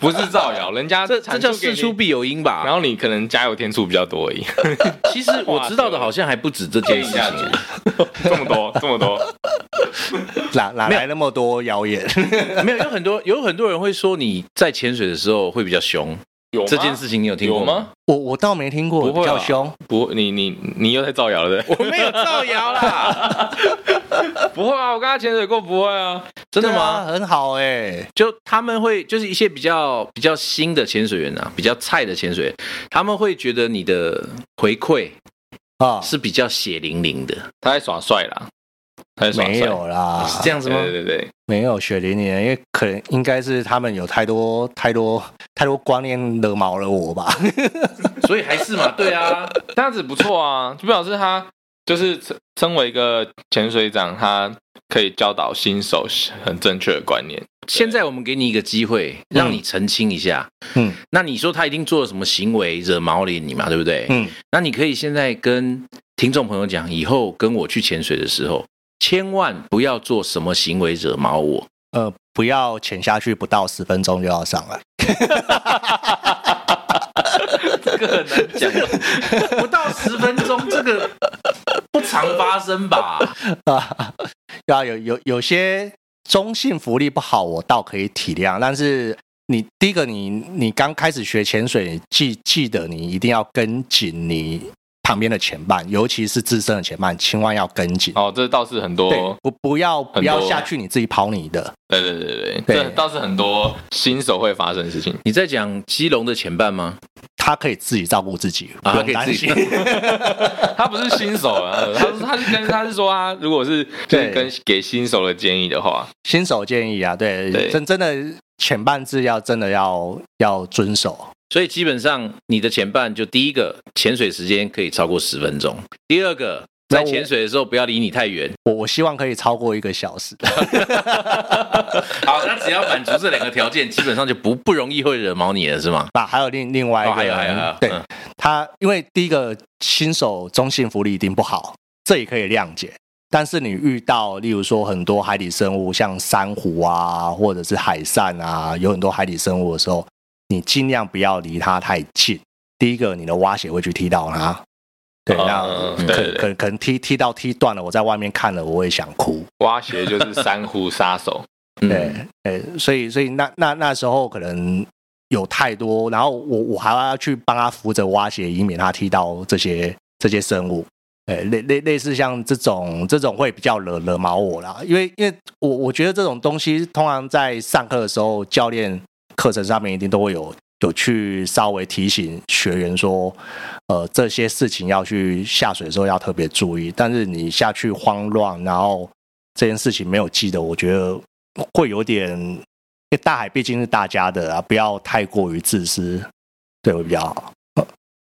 [SPEAKER 2] 不是造谣，人家
[SPEAKER 1] 这这
[SPEAKER 2] 阐
[SPEAKER 1] 叫
[SPEAKER 2] 述给
[SPEAKER 1] 事
[SPEAKER 2] 你
[SPEAKER 1] 出必有因吧？
[SPEAKER 2] 然后你可能加油天数比较多而已，
[SPEAKER 1] 其实我知道的好像还不止这件事情，
[SPEAKER 2] 这么多，这么多，
[SPEAKER 3] 哪哪来那么多谣言？ [LAUGHS]
[SPEAKER 1] [LAUGHS] 没有有很多有很多人会说你在潜水的时候会比较凶，
[SPEAKER 2] 有吗
[SPEAKER 1] 这件事情你有听过
[SPEAKER 2] 有？吗？
[SPEAKER 3] 我我倒没听过，
[SPEAKER 2] 不
[SPEAKER 3] 比
[SPEAKER 2] 会啊
[SPEAKER 3] 较凶。
[SPEAKER 2] 不，你你你又在造谣了，
[SPEAKER 1] 我没有造谣啊啦，
[SPEAKER 2] 不会啊，我跟他潜水过，不会啊，
[SPEAKER 1] 真的
[SPEAKER 3] 对啊
[SPEAKER 1] 吗？
[SPEAKER 3] 很好哎、
[SPEAKER 1] 就他们会就是一些比较比较新的潜水员啊，比较菜的潜水员，他们会觉得你的回馈
[SPEAKER 3] 啊，
[SPEAKER 1] 是比较血淋淋的，
[SPEAKER 2] 他在耍帅啦，他在耍帅，
[SPEAKER 3] 没有啦，
[SPEAKER 1] 是这样子
[SPEAKER 2] 对
[SPEAKER 1] 吗？
[SPEAKER 2] 对对对，
[SPEAKER 3] 没有雪梨年，因为可能应该是他们有太多太多太多观念惹毛了我吧。 [LAUGHS]
[SPEAKER 1] 所以还是嘛，对啊，
[SPEAKER 2] 这样子不错啊，就表示他就是身身为一个潜水长，他可以教导新手很正确的观念。
[SPEAKER 1] 现在我们给你一个机会，让你澄清一下。
[SPEAKER 3] 嗯
[SPEAKER 1] 那你说他一定做了什么行为惹毛了你嘛，对不对？
[SPEAKER 3] 嗯，
[SPEAKER 1] 那你可以现在跟听众朋友讲，以后跟我去潜水的时候，千万不要做什么行为惹毛我。
[SPEAKER 3] 呃，不要潜下去，不到十分钟就要上来。
[SPEAKER 2] 这个很难讲，
[SPEAKER 1] 啊十分钟这个不常发生吧？
[SPEAKER 3] 啊， [LAUGHS] 对啊，有有有些中性福利不好，我倒可以体谅，但是你第一个你，你刚开始学潜水，你记记得你一定要跟紧你旁边的前伴，尤其是自身的前伴，千万要跟紧。
[SPEAKER 2] 哦，这倒是很多
[SPEAKER 3] 对，不不要
[SPEAKER 2] 多
[SPEAKER 3] 不要下去，你自己跑你的。
[SPEAKER 2] 对对对对对，
[SPEAKER 3] 对
[SPEAKER 2] 这倒是很多新手会发生的事 [LAUGHS] 情。
[SPEAKER 1] 你在讲基隆的前半吗？
[SPEAKER 3] 他可以自己照顾自己，不
[SPEAKER 1] 啊他可
[SPEAKER 3] 用
[SPEAKER 1] 以
[SPEAKER 3] 担
[SPEAKER 1] 自己
[SPEAKER 3] 心。
[SPEAKER 2] 他不是新手啊，他是他是跟他是说啊，如果是就是
[SPEAKER 3] 对
[SPEAKER 2] 跟给新手的建议的话，
[SPEAKER 3] 新手建议啊，对，
[SPEAKER 2] 对
[SPEAKER 3] 真真的前半制要真的要要遵守。
[SPEAKER 1] 所以基本上你的前半就第一个潜水时间可以超过十分钟，第二个
[SPEAKER 3] 那
[SPEAKER 1] 在
[SPEAKER 3] 我
[SPEAKER 1] 潜水的时候不要离你太远。
[SPEAKER 3] 我我希望可以超过一个小时。
[SPEAKER 1] 好，那只要满足这两个条件，基本上就不不容易会惹毛你了，是吗？
[SPEAKER 3] 那还有另另外一
[SPEAKER 1] 哦，
[SPEAKER 3] 个，
[SPEAKER 1] 还有还有，还有
[SPEAKER 3] 对、
[SPEAKER 1] 嗯
[SPEAKER 3] 他，因为第一个新手中性福利一定不好，这也可以谅解。但是你遇到，例如说很多海底生物，像珊瑚啊，或者是海扇啊，有很多海底生物的时候，你尽量不要离它太近。第一个，你的蛙鞋会去踢到它，对，
[SPEAKER 2] 嗯
[SPEAKER 3] 那
[SPEAKER 1] 哦
[SPEAKER 2] 嗯
[SPEAKER 3] 可
[SPEAKER 2] 对对对
[SPEAKER 3] 可可能踢踢到踢断了，我在外面看了，我会想哭。
[SPEAKER 2] 挖鞋就是珊瑚杀手。
[SPEAKER 1] 嗯
[SPEAKER 3] 对，呃，所以所以那那那时候可能有太多，然后我我还要去帮他扶着挖鞋，以免他踢到这些这些生物。呃，类类类似像这种这种会比较惹惹毛我啦，因为因为我我觉得这种东西通常在上课的时候，教练课程上面一定都会有有去稍微提醒学员说，呃，这些事情要去下水的时候要特别注意。但是你下去慌乱，然后这件事情没有记得，我觉得会有点，因为大海毕竟是大家的啊，不要太过于自私，对我比较好。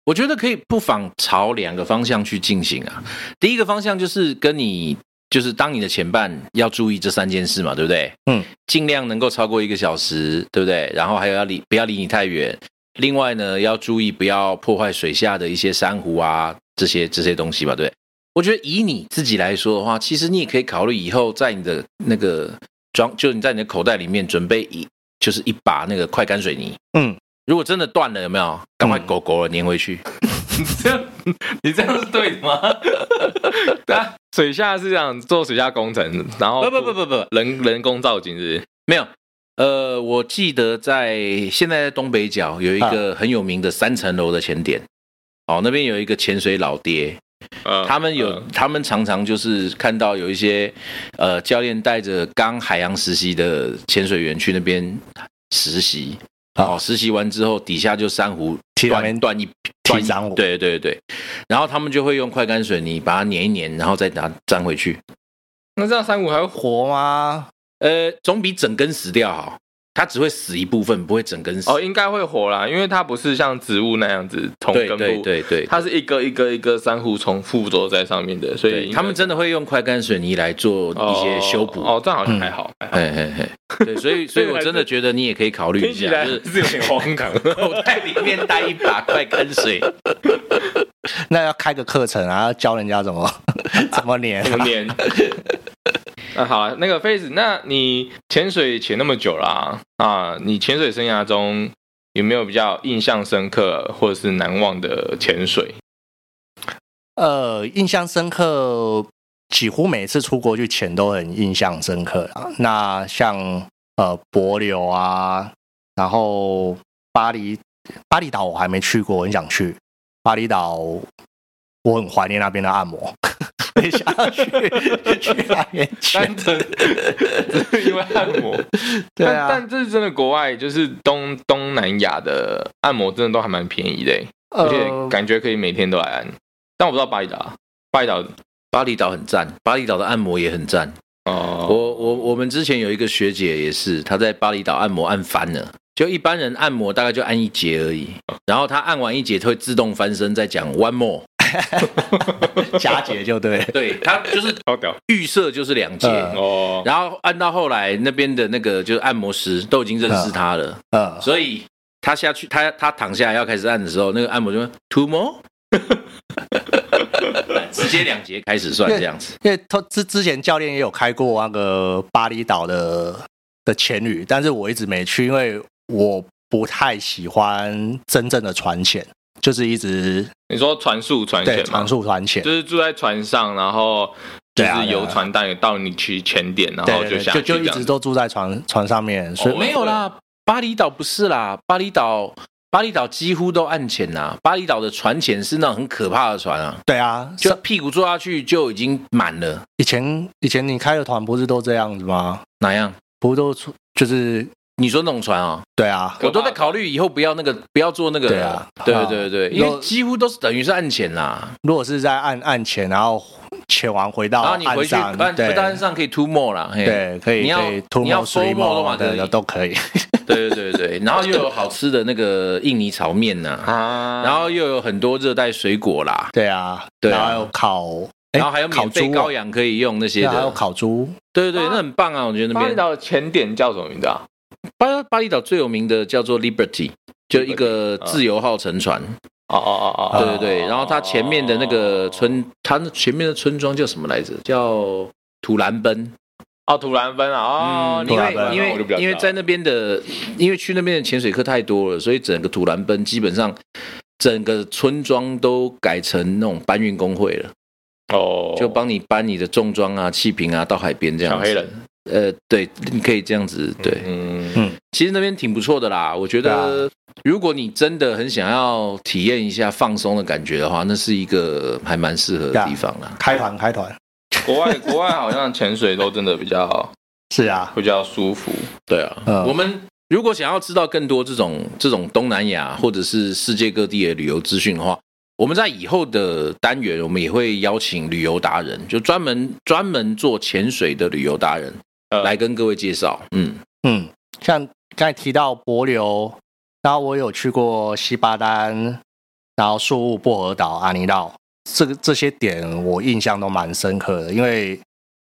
[SPEAKER 1] 我觉得可以不妨朝两个方向去进行啊。第一个方向就是跟你，就是当你的前半要注意这三件事嘛，对不对？
[SPEAKER 3] 嗯，
[SPEAKER 1] 尽量能够超过一个小时，对不对？然后还有要离不要离你太远。另外呢，要注意不要破坏水下的一些珊瑚啊这些这些东西吧，对不对。我觉得以你自己来说的话，其实你也可以考虑以后在你的那个装，就你在你的口袋里面准备一就是一把那个快干水泥。
[SPEAKER 3] 嗯，
[SPEAKER 1] 如果真的断了，有没有？赶快
[SPEAKER 3] 嗯
[SPEAKER 1] 狗狗了粘回去。
[SPEAKER 2] 这样你这样是对的 [LAUGHS] 吗？对啊，水下是这样做水下工程，然后
[SPEAKER 3] 哦
[SPEAKER 1] 不不不不不，
[SPEAKER 2] 人人工造景是不是
[SPEAKER 1] 没有。呃，我记得在现在在东北角有一
[SPEAKER 3] 啊
[SPEAKER 1] 个很有名的三层楼的潜点，哦，那边有一个潜水老爹，
[SPEAKER 3] 嗯
[SPEAKER 2] 呃
[SPEAKER 1] 他们有、
[SPEAKER 2] 呃
[SPEAKER 1] 他们常常就是看到有一些呃教练带着刚海洋实习的潜水员去那边实习，
[SPEAKER 3] 啊
[SPEAKER 1] 哦，实习完之后底下就珊瑚
[SPEAKER 3] 踢到那边
[SPEAKER 1] 断断一
[SPEAKER 3] 踢
[SPEAKER 1] 断一
[SPEAKER 3] 珊瑚
[SPEAKER 1] 对对对，然后他们就会用快干水泥把它粘一粘，然后再拿粘回去，
[SPEAKER 2] 那这样珊瑚还会活
[SPEAKER 3] 活吗？
[SPEAKER 1] 呃，总比整根死掉好，它只会死一部分，不会整根死。
[SPEAKER 2] 哦，应该会活啦，因为它不是像植物那样子从
[SPEAKER 1] 对
[SPEAKER 2] 根部，
[SPEAKER 1] 对对对，
[SPEAKER 2] 它是一个一个一个珊瑚从附着在上面的，所以
[SPEAKER 1] 对他们真的会用快干水泥来做
[SPEAKER 2] 哦
[SPEAKER 1] 一些修补。
[SPEAKER 2] 哦，这样好像还好，还好
[SPEAKER 1] 嘿嘿嘿，对，
[SPEAKER 2] [LAUGHS]
[SPEAKER 1] 所以所以我真的觉得你也可以考虑
[SPEAKER 2] 听
[SPEAKER 1] 一
[SPEAKER 2] 起
[SPEAKER 1] 下，
[SPEAKER 2] 来
[SPEAKER 1] 就是
[SPEAKER 2] 是有点荒唐。
[SPEAKER 1] [LAUGHS]
[SPEAKER 2] [LAUGHS]
[SPEAKER 1] 口袋里面带一把快干水，
[SPEAKER 3] 那要开个课程啊，要教人家怎么 [LAUGHS] 怎么
[SPEAKER 2] [LAUGHS]
[SPEAKER 3] 粘、啊
[SPEAKER 2] 童年。那好啊，那个 Face，那你潜水潜那么久啦、啊，你潜水生涯中有没有比较印象深刻或者是难忘的潜 [LAUGHS] 水？
[SPEAKER 3] 呃，印象深刻，几乎每次出国去潜都很印象深刻啦。那像呃帛琉啊，然后巴厘巴厘岛我还没去过，很想去巴厘岛。我很怀念那边的按 [LAUGHS] 摩，很想要 [LAUGHS] 去去那边潜。
[SPEAKER 2] 纯 [LAUGHS] 只是因为按摩，
[SPEAKER 3] [LAUGHS] 对啊
[SPEAKER 2] 但但这是真的，国外就是东东南亚的按摩真的都还蛮便宜的欸、而且
[SPEAKER 3] 呃， [LAUGHS]
[SPEAKER 2] 感觉可以每天都来按。但我不知道巴厘岛啊，巴厘岛
[SPEAKER 1] 巴厘岛很赞，巴厘岛的按摩也很赞。
[SPEAKER 2] 哦，
[SPEAKER 1] 我我我们之前有一个学姐也是，她在巴厘岛按摩按翻了。就一般人按摩大概就按一节而已，
[SPEAKER 2] 哦
[SPEAKER 1] 然后她按完一节，她会自动翻身，再讲 one more。，
[SPEAKER 3] 佳姐就对
[SPEAKER 1] 对，她就是
[SPEAKER 2] 超屌
[SPEAKER 1] 预设就是两节，
[SPEAKER 3] 嗯
[SPEAKER 2] 哦，
[SPEAKER 1] 然后按到后来，那边的那个就是按摩师都已经认识他了，
[SPEAKER 3] 呃，
[SPEAKER 1] 所以他下去，他他躺下来要开始按的时候，那个按摩就问 two more，直接两节开始算这样
[SPEAKER 3] [LAUGHS]
[SPEAKER 1] 子。
[SPEAKER 3] 因为他之之前教练也有开过啊那个巴厘岛的的潜旅，但是我一直没去，因为我不太喜欢真正的船潜。就是一直
[SPEAKER 2] 你说传输传
[SPEAKER 3] 对
[SPEAKER 2] 钱嘛
[SPEAKER 3] 传，速传钱
[SPEAKER 2] 就，是住在船上，然后就
[SPEAKER 3] 对啊
[SPEAKER 2] 是
[SPEAKER 3] 对啊
[SPEAKER 2] 由船带到你去前点，然
[SPEAKER 3] 对
[SPEAKER 2] 后
[SPEAKER 3] 对对
[SPEAKER 2] 下
[SPEAKER 3] 就
[SPEAKER 2] 去
[SPEAKER 3] 就
[SPEAKER 2] 这
[SPEAKER 3] 一
[SPEAKER 2] 样
[SPEAKER 3] 直
[SPEAKER 2] 子。
[SPEAKER 3] 都住在船船上面，所以
[SPEAKER 2] 哦
[SPEAKER 1] 没有啦，巴厘岛不是啦，巴厘岛巴厘岛几乎都岸潜啦，巴厘岛的船潜是那种很可怕的船啊，
[SPEAKER 3] 对啊，
[SPEAKER 1] 就是屁股坐下去就已经满了，
[SPEAKER 3] 以前以前你开的团不是都这样子吗？
[SPEAKER 1] 哪样？
[SPEAKER 3] 不都出就是
[SPEAKER 1] 你说那种船啊、
[SPEAKER 3] 对啊，
[SPEAKER 2] 可怕
[SPEAKER 1] 我都在考虑以后不要那个，不要做那个
[SPEAKER 3] 对
[SPEAKER 1] 了
[SPEAKER 3] 啊。
[SPEAKER 1] 对
[SPEAKER 3] 啊
[SPEAKER 1] 对对，因
[SPEAKER 3] 如
[SPEAKER 1] 为
[SPEAKER 3] 果
[SPEAKER 1] 几乎都是等于是岸潜啦，
[SPEAKER 3] 如果是在岸岸前，然后潜完回到
[SPEAKER 1] 然后你
[SPEAKER 3] 岸
[SPEAKER 1] 回去，
[SPEAKER 3] 上，
[SPEAKER 1] 但
[SPEAKER 3] 哦对
[SPEAKER 1] 回到岸上可以 two more 啦，嘿，
[SPEAKER 3] 对，可以
[SPEAKER 1] 你要
[SPEAKER 3] 可以 two
[SPEAKER 1] 你要
[SPEAKER 3] more three
[SPEAKER 1] four more 都嘛
[SPEAKER 3] more
[SPEAKER 1] 可以
[SPEAKER 3] 的都可以，
[SPEAKER 1] 对 [LAUGHS] 对对对，然后又有好吃的那个印尼炒面呐、
[SPEAKER 2] 啊，
[SPEAKER 1] 然后又有很多热带水果啦，
[SPEAKER 3] 对啊，
[SPEAKER 1] 对啊
[SPEAKER 3] 然后还有烤，哎
[SPEAKER 1] 然后还有
[SPEAKER 3] 烤
[SPEAKER 1] 免费
[SPEAKER 3] 猪
[SPEAKER 1] 羔
[SPEAKER 3] 哦，
[SPEAKER 1] 羊可以用那些
[SPEAKER 3] 对啊，还有
[SPEAKER 1] 的，
[SPEAKER 3] 烤猪，
[SPEAKER 1] 对对对，那很棒啊！我觉得那
[SPEAKER 2] 巴厘
[SPEAKER 1] 边
[SPEAKER 2] 岛的前点叫什么名字啊？
[SPEAKER 1] 巴巴厘岛最有名的叫做 Liberty，就一个
[SPEAKER 2] 啊
[SPEAKER 1] 自由号沉船，
[SPEAKER 2] 哦哦哦哦，
[SPEAKER 1] 对对
[SPEAKER 3] 啊
[SPEAKER 1] 对。然后它前面的那个村，它前面的村庄叫什么来着？叫土兰奔。
[SPEAKER 2] 哦，土兰奔啊，哦，
[SPEAKER 1] 因
[SPEAKER 3] 土兰
[SPEAKER 1] 为
[SPEAKER 2] 为
[SPEAKER 3] 奔
[SPEAKER 1] 因
[SPEAKER 2] 我就不知
[SPEAKER 1] 为
[SPEAKER 2] 道
[SPEAKER 1] 因为在那边的，因为去那边的潜水课太多了，所以整个土兰奔基本上整个村庄都改成那种搬运工会了，
[SPEAKER 2] 哦，
[SPEAKER 1] 就帮你搬你的重装啊、气瓶啊到海边这样
[SPEAKER 2] 小
[SPEAKER 1] 子。
[SPEAKER 2] 黑人，
[SPEAKER 1] 呃，对，你可以这样子。对，
[SPEAKER 2] 嗯
[SPEAKER 1] 其实那边挺不错的啦。我觉
[SPEAKER 3] 对
[SPEAKER 2] 啊
[SPEAKER 1] 得，如果你真的很想要体验一下放松的感觉的话，那是一个还蛮适合
[SPEAKER 3] 对
[SPEAKER 1] 的
[SPEAKER 3] 啊
[SPEAKER 1] 地方啦。
[SPEAKER 3] 开团开团，
[SPEAKER 2] 国外国外好像潜水都真的比较
[SPEAKER 3] 是啊，
[SPEAKER 2] 比较舒服，
[SPEAKER 1] 对啊，
[SPEAKER 3] 嗯
[SPEAKER 1] 我们如果想要知道更多这种这种东南亚或者是世界各地的旅游资讯的话，我们在以后的单元，我们也会邀请旅游达人，就专门专门做潜水的旅游达人、
[SPEAKER 2] 呃
[SPEAKER 1] 来跟各位介绍。嗯，
[SPEAKER 3] 嗯，像刚才提到帛琉，然后我有去过西巴丹，然后宿务、薄荷岛、阿尼岛，这个这些点我印象都蛮深刻的，因为。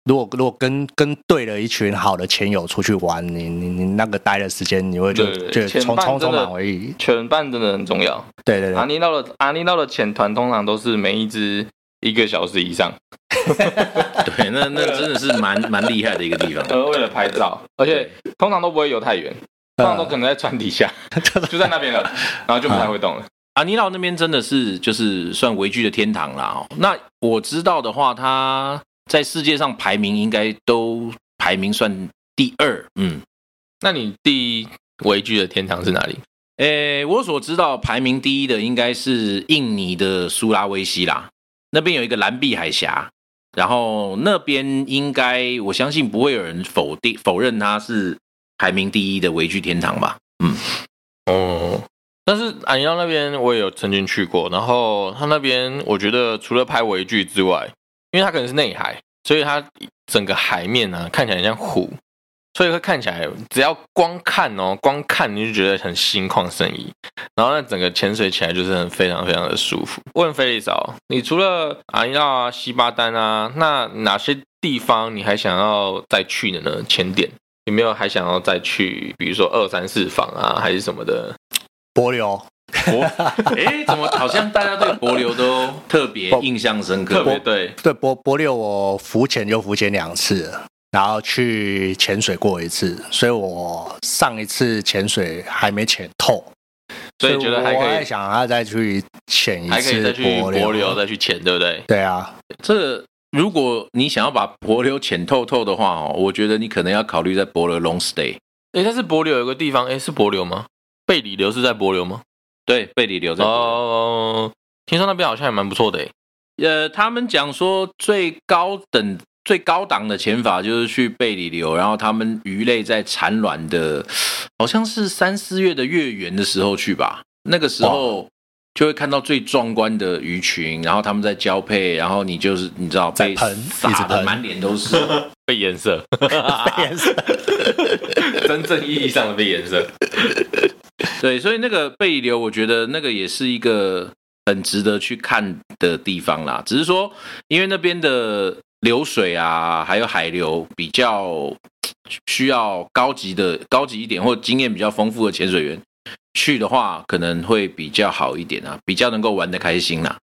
[SPEAKER 3] 如果如果跟跟对了一群好的潜友出去玩，你你你那个待的时间，你会就
[SPEAKER 2] 对
[SPEAKER 3] 就
[SPEAKER 2] 前
[SPEAKER 3] 充
[SPEAKER 2] 半
[SPEAKER 3] 充
[SPEAKER 2] 真
[SPEAKER 3] 充
[SPEAKER 2] 的
[SPEAKER 3] 满回忆。
[SPEAKER 2] 全半真的很重要。
[SPEAKER 3] 对对对
[SPEAKER 2] 阿，尼到的阿尼到的潜团通常都是每一只一个小时以上，
[SPEAKER 1] 对，那那真的是蛮蛮厉害的一个地方。
[SPEAKER 2] 呃，为了拍照，而且通常都不会游太远，通常都可能在船底下，就在那边了，然后就不太会动了。
[SPEAKER 1] 阿啊尼老那边真的是就是算维居的天堂啦、哦。那我知道的话，它在世界上排名应该都排名算第二，嗯。
[SPEAKER 2] 那你第一围剧的天堂是哪里？
[SPEAKER 1] 诶，我所知道排名第一的应该是印尼的苏拉威西啦，那边有一个蓝碧海峡，然后那边应该我相信不会有人否定否认它是排名第一的维居天堂吧？
[SPEAKER 2] 哦，但是阿尼到那边我也有曾经去过，然后他那边我觉得除了拍围剧之外，因为它可能是内海，所以它整个海面呢、看起来很像湖，所以会看起来只要光看哦，光看你就觉得很心旷神怡，然后那整个潜水起来就是很非常非常的舒服。问菲利嫂，你除了阿尼到啊、西巴丹啊，那哪些地方你还想要再去的呢？潜点？有没有还想要再去，比如说二三四房啊，还是什么的？
[SPEAKER 3] 帛琉，
[SPEAKER 1] 诶，怎么好像大家对帛琉都特别印象深刻？
[SPEAKER 2] 特别对，
[SPEAKER 3] 对博博六，我浮潜就浮潜两次了，然后去潜水过一次，所以我上一次潜水还没潜透，
[SPEAKER 2] 所以觉得还
[SPEAKER 3] 我
[SPEAKER 2] 可
[SPEAKER 3] 在
[SPEAKER 2] 以，
[SPEAKER 3] 想要再去潜一
[SPEAKER 2] 还可以
[SPEAKER 3] 次
[SPEAKER 2] 再去博
[SPEAKER 3] 博
[SPEAKER 2] 流啊
[SPEAKER 3] 流。
[SPEAKER 2] 再去潜，对不对？
[SPEAKER 3] 对啊，
[SPEAKER 1] 这如果你想要把帛琉浅透透的话哦，我觉得你可能要考虑在帛琉 long stay。
[SPEAKER 2] 哎，但是博流有个地方，哎，是博流吗？贝里流是在博流吗？
[SPEAKER 1] 对，贝里留在帛琉
[SPEAKER 2] 哦，听说那边好像也蛮不错的，哎，
[SPEAKER 1] 呃，他们讲说最高等、最高档的潜法就是去贝里流，然后他们鱼类在产卵的，好像是三四月的月圆的时候去吧，那个时候就会看到最壮观的鱼群，然后他们在交配，然后你就是你知道
[SPEAKER 3] 在
[SPEAKER 1] 被
[SPEAKER 3] 喷一
[SPEAKER 1] 撒
[SPEAKER 3] 直
[SPEAKER 1] 的
[SPEAKER 3] 喷
[SPEAKER 1] 满脸都是， [LAUGHS]
[SPEAKER 2] 被颜色，啊
[SPEAKER 3] 也是
[SPEAKER 2] 真正意义上的被颜色。
[SPEAKER 1] 对，所以那个贝里流，我觉得那个也是一个很值得去看的地方啦。只是说，因为那边的流水啊，还有海流比较需要高级的、高级一点或经验比较丰富的潜水员去的话，可能会比较好一点啊，比较能够玩得开心啦。
[SPEAKER 3] [LAUGHS]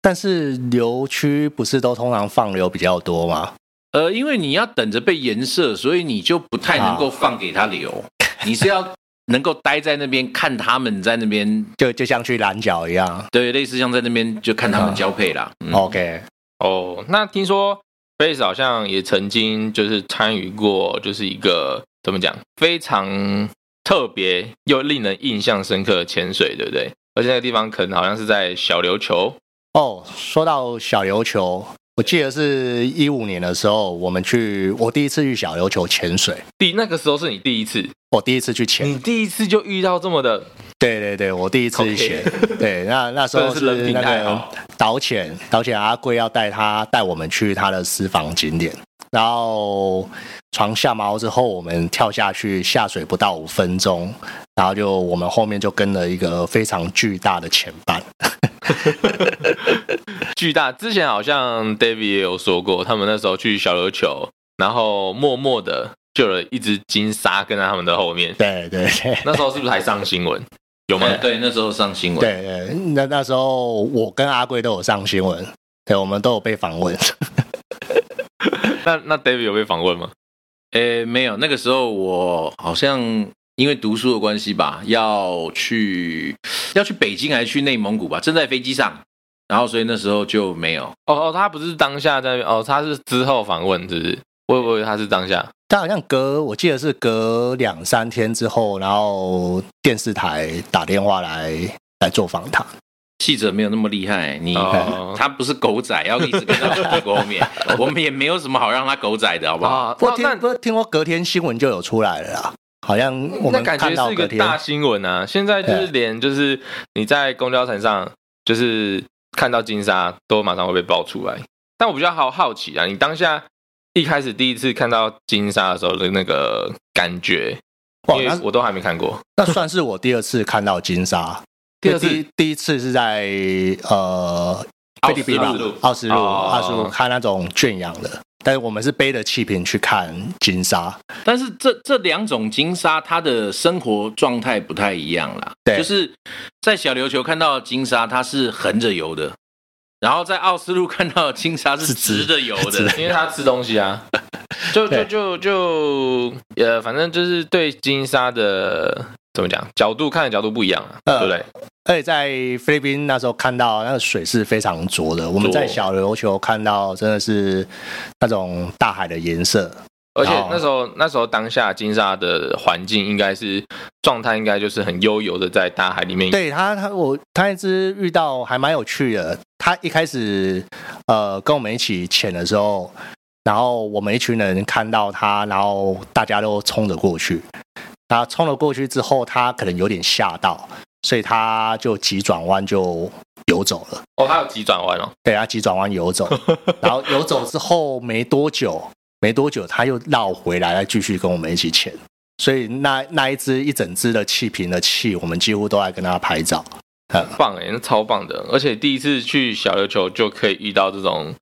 [SPEAKER 3] 但是流区不是都通常放流比较多吗？
[SPEAKER 1] 呃，因为你要等着被颜色，所以你就不太能够放给它流，你是要能够待在那边看他们在那边，
[SPEAKER 3] 就就像去蓝角一样。
[SPEAKER 1] 对，类似像在那边就看他们交配啦。嗯
[SPEAKER 3] OK，
[SPEAKER 2] 哦，那听说 Face 好像也曾经就是参与过，就是一个怎么讲非常特别又令人印象深刻的潜水，对不对？而且那个地方可能好像是在小琉球，
[SPEAKER 3] 哦，说到小琉球，我记得是一五年的时候，我们去，我第一次去小琉球潜水，
[SPEAKER 2] 第那个时候是你第一次，
[SPEAKER 3] 我第一次去潜，
[SPEAKER 2] 你第一次就遇到这么的，
[SPEAKER 3] 对对对，我第一次去潜对，
[SPEAKER 2] [LAUGHS]
[SPEAKER 3] 那那时候
[SPEAKER 2] 真的是人品
[SPEAKER 3] 那
[SPEAKER 2] 哦太
[SPEAKER 3] 个
[SPEAKER 2] 好
[SPEAKER 3] 导潜，导潜阿贵要带他带我们去他的私房景点，然后床下锚之后，我们跳下去，下水不到五分钟，然后就我们后面就跟了一个非常巨大的潜板，
[SPEAKER 2] 巨大。之前好像 David 也有说过，他们那时候去小琉球，然后默默的就有一只金鲨跟在他们的后面，
[SPEAKER 3] 对对对。
[SPEAKER 2] 那时候是不是还上新闻？ [LAUGHS] 有吗？
[SPEAKER 1] 对，那时候上新闻。
[SPEAKER 3] 对对，那那时候我跟阿贵都有上新闻，对，我们都有被访问。
[SPEAKER 2] 那那 David 有被访问吗？
[SPEAKER 1] 诶，哎没有，那个时候我好像因为读书的关系吧，要去要去北京还是去内蒙古吧，正在飞机上，然后所以那时候就没有。
[SPEAKER 2] 哦哦，他不是当下在那边哦，他是之后访问，是不是？我以为他是当下。
[SPEAKER 3] 但好像隔，我记得是隔两三天之后，然后电视台打电话来来做访谈。
[SPEAKER 1] 记者没有那么厉害，你、
[SPEAKER 2] 哦
[SPEAKER 1] 他不是狗仔，要一直跟到屁股后面，我们也没有什么好让他狗仔的，好不好？
[SPEAKER 2] 哇，
[SPEAKER 3] 不过
[SPEAKER 2] 那
[SPEAKER 3] 听
[SPEAKER 2] 那
[SPEAKER 3] 不过听说隔天新闻就有出来了啦，好像我
[SPEAKER 2] 那
[SPEAKER 3] 们
[SPEAKER 2] 感
[SPEAKER 3] 看
[SPEAKER 2] 觉
[SPEAKER 3] 到
[SPEAKER 2] 是一
[SPEAKER 3] 隔
[SPEAKER 2] 个
[SPEAKER 3] 天
[SPEAKER 2] 大新闻啊！现在就是连就是你在公交船上，就是看到金沙都马上会被爆出来。但我比较好好奇啊，你当下一开始第一次看到金沙的时候的那个感觉，
[SPEAKER 3] 哇，
[SPEAKER 2] 因为
[SPEAKER 3] 那
[SPEAKER 2] 我都还没看
[SPEAKER 3] [LAUGHS]
[SPEAKER 2] 过。
[SPEAKER 3] 那算是我第二次看到金沙。
[SPEAKER 2] 第二次
[SPEAKER 3] 因为第一次是在呃
[SPEAKER 1] 奥
[SPEAKER 3] 菲
[SPEAKER 1] 斯
[SPEAKER 3] 律宾
[SPEAKER 1] 陆
[SPEAKER 3] 吧奥斯陆，
[SPEAKER 2] 哦
[SPEAKER 3] 奥斯陆看那种圈养的，但是我们是背着气瓶去看金沙。
[SPEAKER 1] 但是这这两种金鲨，它的生活状态不太一样啦。
[SPEAKER 3] 对
[SPEAKER 1] 就是在小琉球看到的金鲨，它是横着游的；然后在奥斯陆看到的金鲨是
[SPEAKER 3] 是直
[SPEAKER 1] 直着游
[SPEAKER 3] [LAUGHS] 直
[SPEAKER 1] 的。
[SPEAKER 2] 因为他吃东西啊，就就
[SPEAKER 3] 对
[SPEAKER 2] 就就呃，反正就是对金沙的怎么讲角度看的角度不一样啊，
[SPEAKER 3] 呃
[SPEAKER 2] 对不对？
[SPEAKER 3] 而且在菲律宾那时候看到那个水是非常浊的，我们
[SPEAKER 2] 浊
[SPEAKER 3] 在小琉球看到真的是那种大海的颜色，
[SPEAKER 2] 而且
[SPEAKER 3] 哦
[SPEAKER 2] 那时候那时候当下金沙的环境应该是状态，应该就是很悠游的在大海里面。
[SPEAKER 3] 对他，他我他一只遇到还蛮有趣的。他一开始呃跟我们一起潜的时候，然后我们一群人看到他，然后大家都冲着过去。他冲了过去之后，他可能有点吓到，所以他就急转弯就游走了。
[SPEAKER 2] 哦，它有急转弯哦，
[SPEAKER 3] 对，他急转弯
[SPEAKER 2] [LAUGHS]
[SPEAKER 3] 游走，然后游走之后没多久，没多久他又绕回来，来继续跟我们一起潜。所以那那一只一整只的气瓶的气，我们几乎都在跟他拍照。
[SPEAKER 2] 棒哎，那超棒的！而且第一次去小琉球就可以遇到这种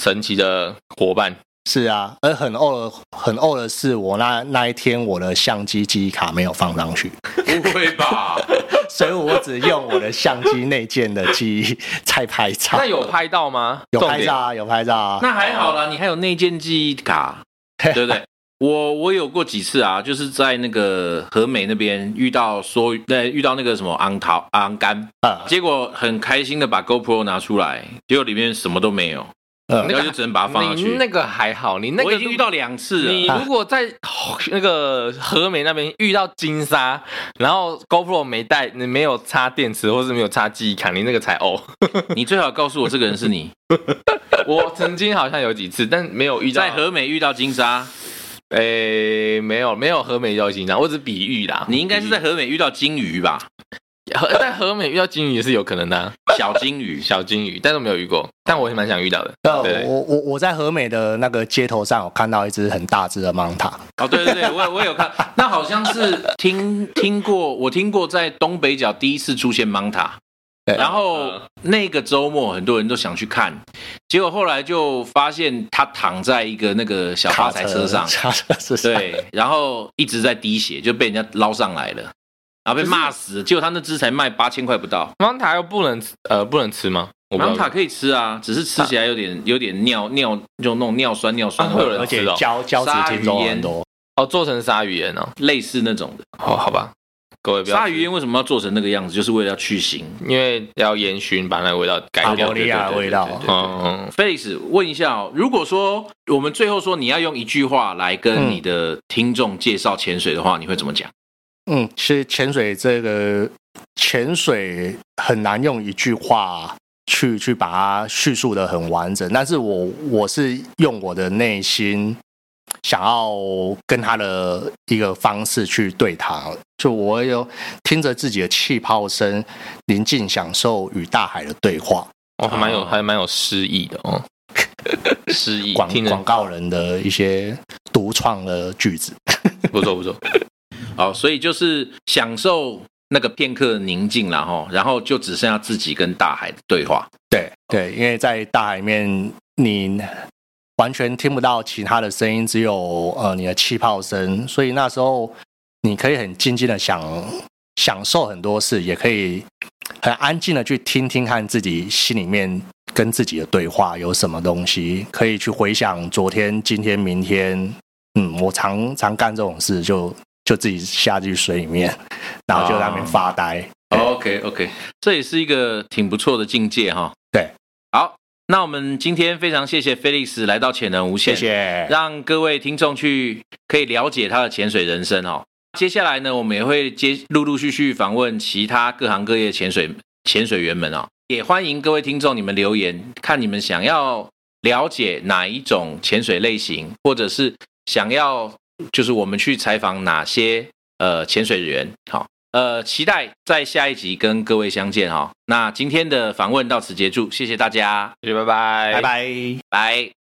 [SPEAKER 2] 神奇的伙伴，
[SPEAKER 3] 是啊，而很呕的很呕的是，我那那一天我的相机记忆卡没有放上去，
[SPEAKER 1] 不会
[SPEAKER 3] [LAUGHS]
[SPEAKER 1] 吧？
[SPEAKER 3] 所以我只用我的相机内建的记忆在拍照
[SPEAKER 2] 那。有拍到吗？
[SPEAKER 3] 啊有
[SPEAKER 2] 重
[SPEAKER 3] 拍
[SPEAKER 2] 点
[SPEAKER 3] 照啊，有拍照啊。
[SPEAKER 1] 那还好啦，你还有内建记忆卡，对不对？我我有过几次啊，就是在那个和美那边遇到说，呃，遇到那个什么昂桃昂干，
[SPEAKER 3] 啊，
[SPEAKER 1] 结果很开心的把 GoPro 拿出来，结果里面什么都没有，
[SPEAKER 3] 呃
[SPEAKER 1] 然后就只能把它放下
[SPEAKER 2] 你
[SPEAKER 1] 去。
[SPEAKER 2] 那个还好，你那个
[SPEAKER 1] 我已经遇到两次了，
[SPEAKER 2] 你
[SPEAKER 3] 啊
[SPEAKER 2] 如果在 [SIGHS] 哦那个和美那边遇到金沙，然后 GoPro 没带，你没有插电池或是没有插记忆卡，你那个才哦。
[SPEAKER 1] 你最好告诉我这个人
[SPEAKER 2] [LAUGHS]
[SPEAKER 1] 是你。
[SPEAKER 2] 我曾经好像有几次，但没有遇
[SPEAKER 1] 你
[SPEAKER 2] 到
[SPEAKER 1] 在和美遇到金沙，
[SPEAKER 2] 诶、没有没有和美遇到金沙，我只是比喻啦。
[SPEAKER 1] 你应该是在和美遇到金鱼
[SPEAKER 2] [LAUGHS]
[SPEAKER 1] 吧？
[SPEAKER 2] 和在和美遇到金鱼也是有可能的啊、
[SPEAKER 1] 小金鱼，
[SPEAKER 2] 小金鱼，但是我没有遇过，但我也蛮想遇到的。
[SPEAKER 3] 那
[SPEAKER 2] 对啊
[SPEAKER 3] 我我我在和美的那个街头上，我看到一只很大只的芒塔，
[SPEAKER 1] 哦，对对对，我
[SPEAKER 2] [LAUGHS]
[SPEAKER 1] 我有看，那好像是听听过，我听过在东北角第一次出现芒塔，
[SPEAKER 3] 对
[SPEAKER 1] 然后
[SPEAKER 2] 嗯
[SPEAKER 1] 那个周末很多人都想去看，结果后来就发现他躺在一个那个小发财车
[SPEAKER 3] [LAUGHS]
[SPEAKER 1] 上，
[SPEAKER 3] 卡车车上，
[SPEAKER 1] 对，然后一直在滴血，就被人家捞上来了，然后被骂死，结果他那只才卖八千块不到。
[SPEAKER 2] 芒塔又不能吃呃不能吃吗？我不知
[SPEAKER 1] 芒
[SPEAKER 2] 道
[SPEAKER 1] 塔可以吃啊，只是吃起来有点有点尿尿，就那种尿酸尿酸
[SPEAKER 2] 啊
[SPEAKER 1] 的味
[SPEAKER 2] 会有
[SPEAKER 1] 道
[SPEAKER 3] 而
[SPEAKER 2] 人
[SPEAKER 3] 且
[SPEAKER 2] 吃哦
[SPEAKER 3] 胶胶质听众很多。
[SPEAKER 2] 哦，做成鲨鱼盐哦。
[SPEAKER 1] 类似那种的。
[SPEAKER 2] 哦，好吧，各位不要
[SPEAKER 1] 鲨鱼
[SPEAKER 2] 吃
[SPEAKER 1] 烟为什么要做成那个样子？就是为了要去腥。
[SPEAKER 2] 因为要烟熏把那个味道改
[SPEAKER 3] 阿
[SPEAKER 2] 掉
[SPEAKER 3] 波。利亚的味道
[SPEAKER 1] 对对对对对对对
[SPEAKER 2] 嗯，嗯
[SPEAKER 1] Felix，问一下、哦，如果说我们最后说你要用一句话来跟
[SPEAKER 3] 嗯
[SPEAKER 1] 你的听众介绍潜水的话，你会怎么讲？
[SPEAKER 3] 嗯，其实潜水这个潜水很难用一句话去去把它叙述的很完整，但是我我是用我的内心想要跟他的一个方式去对谈，就我有听着自己的气泡声，临近享受与大海的对话，
[SPEAKER 2] 哦，还蛮有还蛮有诗意的 [LAUGHS] 哦，诗意
[SPEAKER 3] 广
[SPEAKER 2] 听着
[SPEAKER 3] 广告人的一些独创的句子。
[SPEAKER 2] 不错 [LAUGHS] 不错，
[SPEAKER 1] 哦，所以就是享受那个片刻宁静啦，哈，然后就只剩下自己跟大海的对话。
[SPEAKER 3] 对对，因为在大海里面，你完全听不到其他的声音，只有呃你的气泡声，所以那时候你可以很静静的享享受很多事，也可以很安静的去听听看自己心里面跟自己的对话有什么东西，可以去回想昨天、今天、明天。嗯，我常常干这种事，就就自己下去水里面，然后就在那边
[SPEAKER 1] 哦
[SPEAKER 3] 发呆。
[SPEAKER 1] OK OK，这也是一个挺不错的境界哈。
[SPEAKER 3] 对，
[SPEAKER 1] 好，那我们今天非常谢谢 Felix 来到潜能无限，
[SPEAKER 3] 谢谢。
[SPEAKER 1] 让各位听众去可以了解他的潜水人生哦。接下来呢，我们也会接陆陆续续访问其他各行各业潜水潜水员们哦，也欢迎各位听众你们留言，看你们想要了解哪一种潜水类型，或者是想要就是我们去采访哪些呃潜水员，好、呃，期待在下一集跟各位相见哈、哦。那今天的访问到此结束，谢谢大家，
[SPEAKER 2] 谢谢拜拜
[SPEAKER 3] 拜拜。
[SPEAKER 1] 拜。